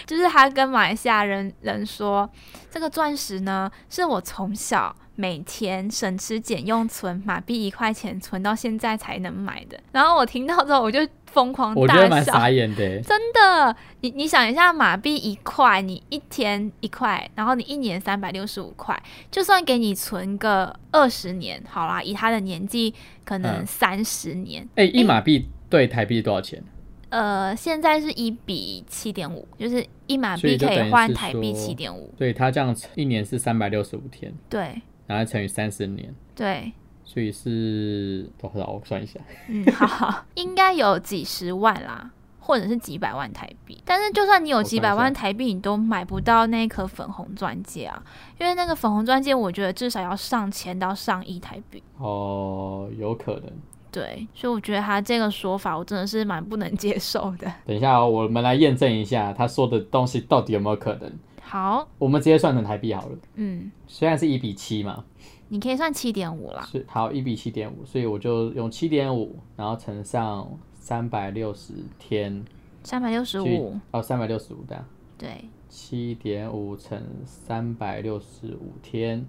Speaker 2: 就是他跟马来西亚人人说，这个钻石呢是我从小每天省吃俭用存马币一块钱，存到现在才能买的。然后我听到之后，我就疯狂
Speaker 1: 我觉得
Speaker 2: 大
Speaker 1: 蛮
Speaker 2: 笑
Speaker 1: 傻。眼的欸。
Speaker 2: 真的，你你想一下，马币一块，你一天一块，然后你一年三百六十五块，就算给你存个二十年，好啦，以他的年纪，可能
Speaker 1: 嗯
Speaker 2: 三十年，
Speaker 1: 哎、一马币兑台币多少钱？
Speaker 2: 呃，现在是一比七点五，就是一马
Speaker 1: 所
Speaker 2: 币
Speaker 1: 以就
Speaker 2: 可
Speaker 1: 等于
Speaker 2: 以换
Speaker 1: 是
Speaker 2: 台币
Speaker 1: 说
Speaker 2: 七点五，
Speaker 1: 所以它这样一年是三百六十五天，
Speaker 2: 对
Speaker 1: 然后乘以三十年，
Speaker 2: 对，
Speaker 1: 所以是多少？我算一下，
Speaker 2: 嗯，好好， 应该有几十万啦。或者是几百万台币，但是就算你有
Speaker 1: 我
Speaker 2: 几
Speaker 1: 看一
Speaker 2: 百万
Speaker 1: 下
Speaker 2: 台币，你都买不到那一颗粉红钻戒啊！因为那个粉红钻戒，我觉得至少要上千到上亿台币。
Speaker 1: 哦，有可能。
Speaker 2: 对，所以我觉得他这个说法，我真的是蛮不能接受的。
Speaker 1: 等一下、哦，我们来验证一下他说的东西到底有没有可能。
Speaker 2: 好，
Speaker 1: 我们直接算成台币好了，
Speaker 2: 嗯，
Speaker 1: 虽然是一比七嘛，
Speaker 2: 你可以算七点五啦。
Speaker 1: 是好一比七点五，所以我就用七点五，然后乘上三百六十天，
Speaker 2: 三百六十
Speaker 1: 去
Speaker 2: 五，
Speaker 1: 哦三百六十五的
Speaker 2: 对，
Speaker 1: 七点五乘三百六十五天，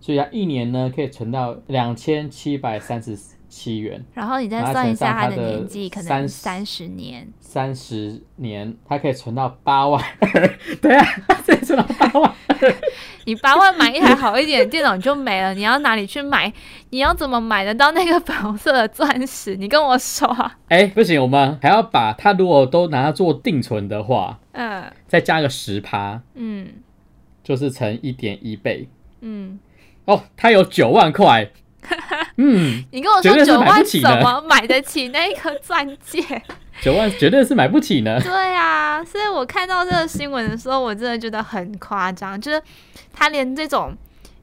Speaker 1: 所以它一年呢可以存到两千七百三十七元，
Speaker 2: 然后你
Speaker 1: 然
Speaker 2: 再
Speaker 1: 后
Speaker 2: 算一
Speaker 1: 乘
Speaker 2: 下
Speaker 1: 上
Speaker 2: 他
Speaker 1: 他的
Speaker 2: 年纪，可
Speaker 1: 30
Speaker 2: 能三十年，
Speaker 1: 三十年它可以存到八万二， 对啊，这存到八万
Speaker 2: 你八万买一台好一点的电脑你就没了，你要哪里去买？你要怎么买得到那个粉红色的钻石？你跟我说啊。
Speaker 1: 哎、不行，我们还要把它如果都拿它做定存的话，
Speaker 2: 嗯
Speaker 1: 再加个十趴，
Speaker 2: 嗯
Speaker 1: 就是乘一点一倍。
Speaker 2: 嗯，
Speaker 1: 哦，它有九万块。嗯，
Speaker 2: 你跟我
Speaker 1: 绝
Speaker 2: 说
Speaker 1: 对是
Speaker 2: 九
Speaker 1: 买
Speaker 2: 万
Speaker 1: 不起
Speaker 2: 怎
Speaker 1: 的
Speaker 2: 么买得起那颗钻戒？
Speaker 1: 九万绝对是买不起呢。
Speaker 2: 对啊，所以我看到这个新闻的时候，我真的觉得很夸张，就是他连这种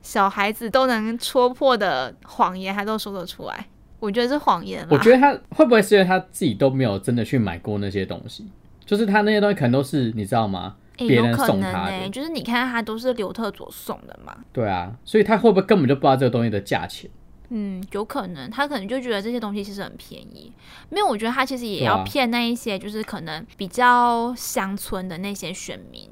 Speaker 2: 小孩子都能戳破的谎言，他都说得出来。我觉得是谎言啦。
Speaker 1: 我觉得他会不会是因为他自己都没有真的去买过那些东西，就是他那些东西可能都是你知道吗？
Speaker 2: 诶
Speaker 1: 别人
Speaker 2: 哎有可
Speaker 1: 送
Speaker 2: 能
Speaker 1: 他
Speaker 2: 呢、
Speaker 1: 的
Speaker 2: 就是你看他都是刘特佐送的嘛，
Speaker 1: 对啊，所以他会不会根本就不知道这个东西的价钱？
Speaker 2: 嗯，有可能他可能就觉得这些东西其实很便宜，没有，我觉得他其实也
Speaker 1: 对啊
Speaker 2: 要骗那一些就是可能比较乡村的那些选民。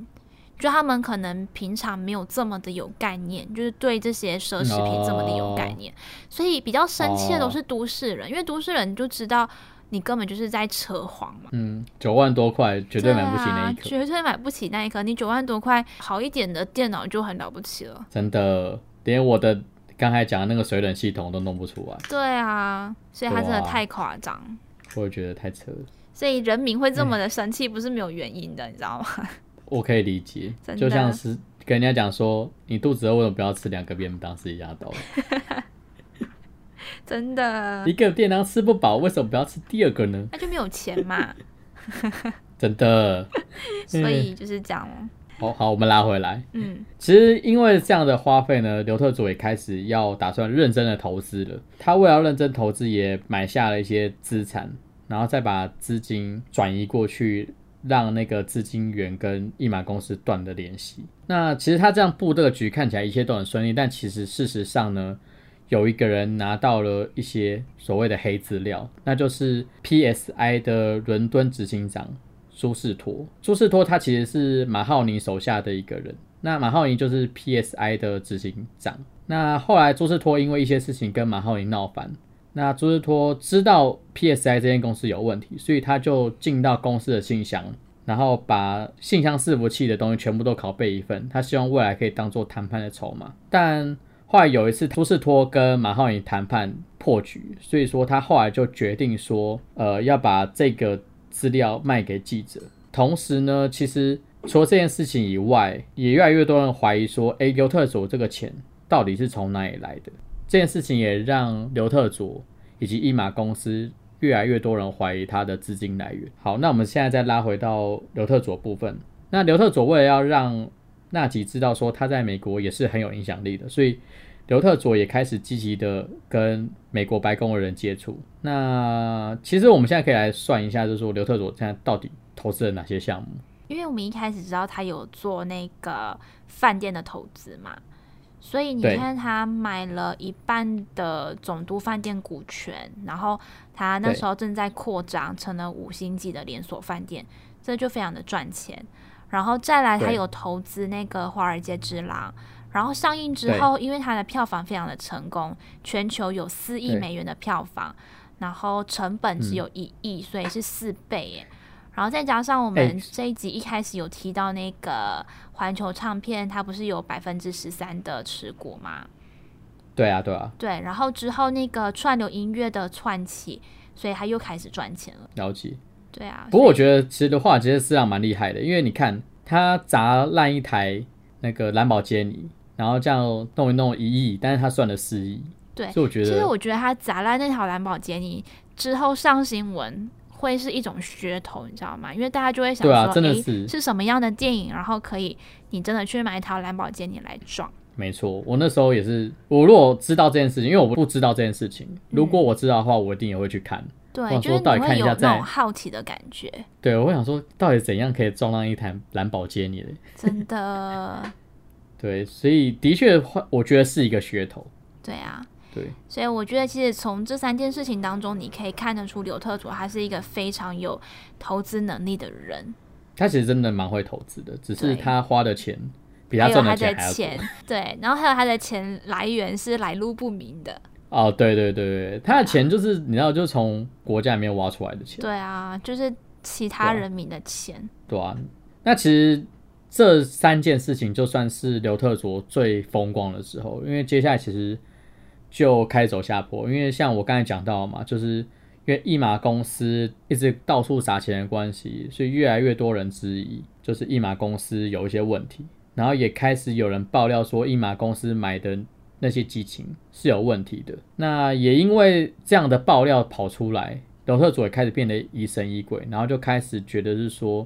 Speaker 2: 就他们可能平常没有这么的有概念，就是对这些奢侈品这么的有
Speaker 1: 哦
Speaker 2: 概念，所以比较生气的都是都市人，因为都市人就知道你根本就是在扯谎嘛，
Speaker 1: 嗯，九万多块绝对买不起那一
Speaker 2: 啊，
Speaker 1: 颗，
Speaker 2: 绝对买不起那一颗。你九万多块好一点的电脑就很了不起了，
Speaker 1: 真的，连我的刚才讲的那个水冷系统都弄不出来，
Speaker 2: 对啊，所以他真的
Speaker 1: 对啊
Speaker 2: 太夸张。
Speaker 1: 我也觉得太扯了。
Speaker 2: 所以人民会这么的生气，不是没有原因的，你知道吗？
Speaker 1: 我可以理解
Speaker 2: 真，的
Speaker 1: 就像是跟人家讲说，你肚子饿为什么不要吃两个便当是一样的 道理？
Speaker 2: 真的
Speaker 1: 一，个便当吃不饱，为什么不要吃第二个呢？
Speaker 2: 他就没有钱嘛，
Speaker 1: 真的，
Speaker 2: 所以就是这样哦。
Speaker 1: 好好，我们拉回来。
Speaker 2: 嗯
Speaker 1: 其实因为这样的花费呢，刘特佐也开始要打算认真的投资了。他为了认真投资，也买下了一些资产，然后再把资金转移过去，让那个资金源跟一马公司断了联系。那其实他这样布这个局，看起来一切都很顺利，但其实事实上呢，有一个人拿到了一些所谓的黑资料，那就是 PSI 的伦敦执行长苏士托。苏士托他其实是马浩宁手下的一个人，那马浩宁就是 PSI 的执行长。那后来朱士托因为一些事情跟马浩宁闹翻，那朱士托知道 PSI 这间公司有问题，所以他就进到公司的信箱，然后把信箱伺服器的东西全部都拷贝一份，他希望未来可以当做谈判的筹码。但后来有一次，朱士托跟马浩宁谈判破局，所以说他后来就决定说，呃，要把这个资料卖给记者。同时呢，其实除了这件事情以外，也越来越多人怀疑说，诶，刘特佐这个钱到底是从哪里来的？这件事情也让刘特佐呃以及一马公司越来越多人怀疑他的资金来源。好，那我们现在再拉回到刘特佐部分。那刘特佐为了要让纳吉知道说他在美国也是很有影响力的，所以刘特佐也开始积极的跟美国白宫的人接触。那其实我们现在可以来算一下，就是说刘特佐现在到底投资了哪些项目？
Speaker 2: 因为我们一开始知道他有做那个饭店的投资嘛，所以你
Speaker 1: 对
Speaker 2: 看他买了一半的总督饭店股权，然后他那
Speaker 1: 对
Speaker 2: 时候正在扩张，成了五星级的连锁饭店，这就非常的赚钱。然后再来，他
Speaker 1: 对
Speaker 2: 有投资那个华尔街之狼，然后上映之后，因为它的票房非常的成功，全球有四亿
Speaker 1: 对
Speaker 2: 美元的票房，然后成本
Speaker 1: 嗯
Speaker 2: 只有一亿，所以是四倍耶。然后再加上我们
Speaker 1: 哎
Speaker 2: 这一集一开始有提到那个环球唱片，它不是有百分之十三的持股吗？
Speaker 1: 对啊，对啊，
Speaker 2: 对，然后之后那个串流音乐的串起，所以它又开始赚钱了。
Speaker 1: 了解。
Speaker 2: 对啊，
Speaker 1: 不过我
Speaker 2: 得
Speaker 1: 觉得其实的话，其实市场蛮厉害的，因为你看他砸烂一台那个兰博基尼，然后这样弄一弄一亿，但是他算了四亿，
Speaker 2: 对
Speaker 1: 所以我觉
Speaker 2: 其实
Speaker 1: 得
Speaker 2: 我觉得他砸烂那条兰博基尼之后上新闻会是一种噱头，你知道吗？因为大家就会想
Speaker 1: 对啊
Speaker 2: 说，
Speaker 1: 真的
Speaker 2: 诶
Speaker 1: 是
Speaker 2: 什么样的电影，然后可以你真的去买一条兰博基尼来撞。
Speaker 1: 没错。我那时候也是，我如果知道这件事情，因为我不知道这件事情，
Speaker 2: 嗯
Speaker 1: 如果我知道的话，我一定也会去看。
Speaker 2: 对，
Speaker 1: 想
Speaker 2: 就是
Speaker 1: 说
Speaker 2: 你
Speaker 1: 到底
Speaker 2: 会
Speaker 1: 看一
Speaker 2: 有
Speaker 1: 下
Speaker 2: 那
Speaker 1: 在
Speaker 2: 种好奇的感觉，
Speaker 1: 对，我会想说，到底怎样可以撞烂一台兰博基尼的？
Speaker 2: 真的，
Speaker 1: 对，所以的确会，我觉得是一个噱头。
Speaker 2: 对啊。
Speaker 1: 对，
Speaker 2: 所以我觉得，其实从这三件事情当中，你可以看得出刘特佐他是一个非常有投资能力的人。
Speaker 1: 他其实真的蛮会投资的，只
Speaker 2: 对
Speaker 1: 是他花的钱比
Speaker 2: 还
Speaker 1: 他
Speaker 2: 有
Speaker 1: 赚
Speaker 2: 他
Speaker 1: 的
Speaker 2: 的
Speaker 1: 钱还要多。
Speaker 2: 钱，对，然后还有他的钱来源是来路不明的，
Speaker 1: 哦，对对对对，他的钱就是你知道，就是从国家里面挖出来的钱，
Speaker 2: 对啊，就是
Speaker 1: 对
Speaker 2: 其他
Speaker 1: 啊
Speaker 2: 人民的钱，
Speaker 1: 对啊。那其实这三件事情就算是刘特佐最风光的时候，因为接下来其实就开始走下坡，因为像我刚才讲到嘛，就是因为一马公司一直到处撒钱的关系，所以越来越多人质疑，就是一马公司有一些问题，然后也开始有人爆料说一马公司买的那些激情是有问题的。那也因为这样的爆料跑出来，刘特佐也开始变得疑神疑鬼，然后就开始觉得是说，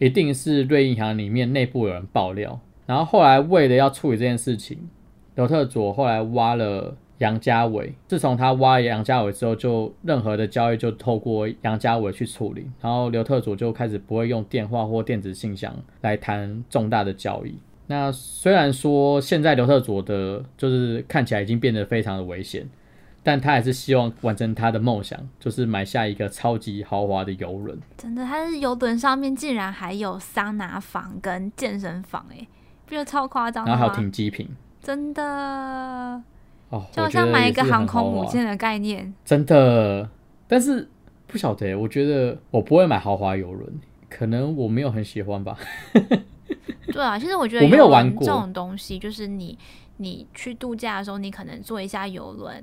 Speaker 1: 一定是瑞银行里面内部有人爆料。然后后来为了要处理这件事情，刘特佐后来挖了杨家伟。自从他挖了杨家伟之后，就任何的交易就透过杨家伟去处理。然后刘特佐就开始不会用电话或电子信箱来谈重大的交易。那虽然说现在刘特佐的，就是看起来已经变得非常的危险，但他还是希望完成他的梦想，就是买下一个超级豪华的游轮。
Speaker 2: 真的，他是游轮上面竟然还有桑拿房跟健身房、欸，哎，不觉得超夸张
Speaker 1: 然
Speaker 2: 的
Speaker 1: 后还有
Speaker 2: 吗？
Speaker 1: 停机坪
Speaker 2: 真的，
Speaker 1: 哦，
Speaker 2: 就
Speaker 1: 我
Speaker 2: 好
Speaker 1: 觉
Speaker 2: 像
Speaker 1: 得
Speaker 2: 买一
Speaker 1: 也是
Speaker 2: 个
Speaker 1: 很
Speaker 2: 航空
Speaker 1: 豪
Speaker 2: 母
Speaker 1: 华啊
Speaker 2: 舰的概念，
Speaker 1: 真的。但是不晓得耶，我觉得我不会买豪华游轮，可能我没有很喜欢吧。
Speaker 2: 对啊，其实我觉得
Speaker 1: 我没有
Speaker 2: 游轮
Speaker 1: 玩过
Speaker 2: 这种东西，就是你你去度假的时候，你可能坐一下游轮，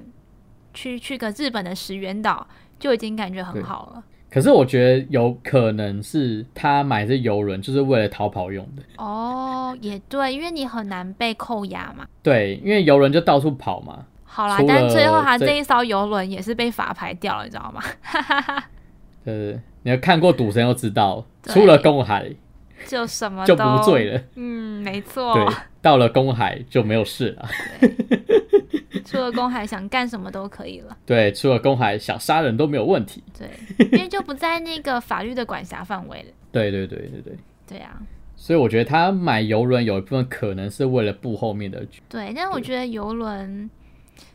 Speaker 2: 去去个日本的石原岛，就已经感觉很
Speaker 1: 对
Speaker 2: 好了。
Speaker 1: 可是我觉得有可能是他买这游轮就是为了逃跑用的。
Speaker 2: 哦，也对，因为你很难被扣押嘛。
Speaker 1: 对，因为游轮就到处跑嘛。
Speaker 2: 好啦
Speaker 1: 除，
Speaker 2: 但最后
Speaker 1: 了
Speaker 2: 他
Speaker 1: 这
Speaker 2: 这一艘游轮也是被法牌掉了，你知道吗？
Speaker 1: 呃，你要看过《赌神》就知道，
Speaker 2: 对
Speaker 1: 出了公海
Speaker 2: 就什么
Speaker 1: 就
Speaker 2: 都
Speaker 1: 不醉了。
Speaker 2: 嗯，没错。
Speaker 1: 对，到了公海就没有事了。
Speaker 2: 出了公海想干什么都可以了。
Speaker 1: 对，出了公海想杀人都没有问题。
Speaker 2: 对，因为就不在那个法律的管辖范围了。
Speaker 1: 对对对对对，
Speaker 2: 对啊，
Speaker 1: 所以我觉得他买游轮有一部分可能是为了布后面的局。
Speaker 2: 对。但我觉得游轮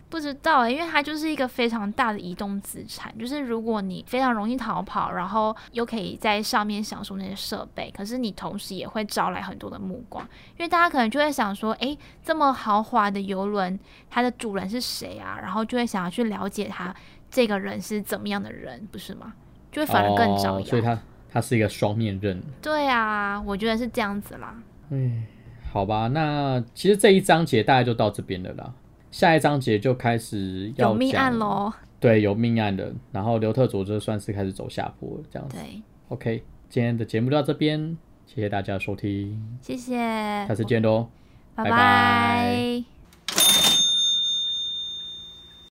Speaker 2: 不知道欸、因为它就是一个非常大的移动资产，就是如果你非常容易逃跑，然后又可以在上面享受那些设备，可是你同时也会招来很多的目光，因为大家可能就会想说，诶，这么豪华的游轮，它的主人是谁啊？然后就会想要去了解他这个人是怎么样的人，不是吗？就会反而更招摇、
Speaker 1: 哦，所以他他是一个双面刃。
Speaker 2: 对啊，我觉得是这样子啦。
Speaker 1: 哎，好吧，那其实这一章节大概就到这边了啦。下一章节就开始要
Speaker 2: 有命
Speaker 1: 讲
Speaker 2: 案，喽，
Speaker 1: 对，有命案了。然后刘特佐就算是开始走下坡了，这样子。
Speaker 2: 对，
Speaker 1: OK，今天的节目就到这边，谢谢大家收听，
Speaker 2: 谢谢
Speaker 1: 下，次见喽。拜
Speaker 2: 拜
Speaker 1: 拜
Speaker 2: 拜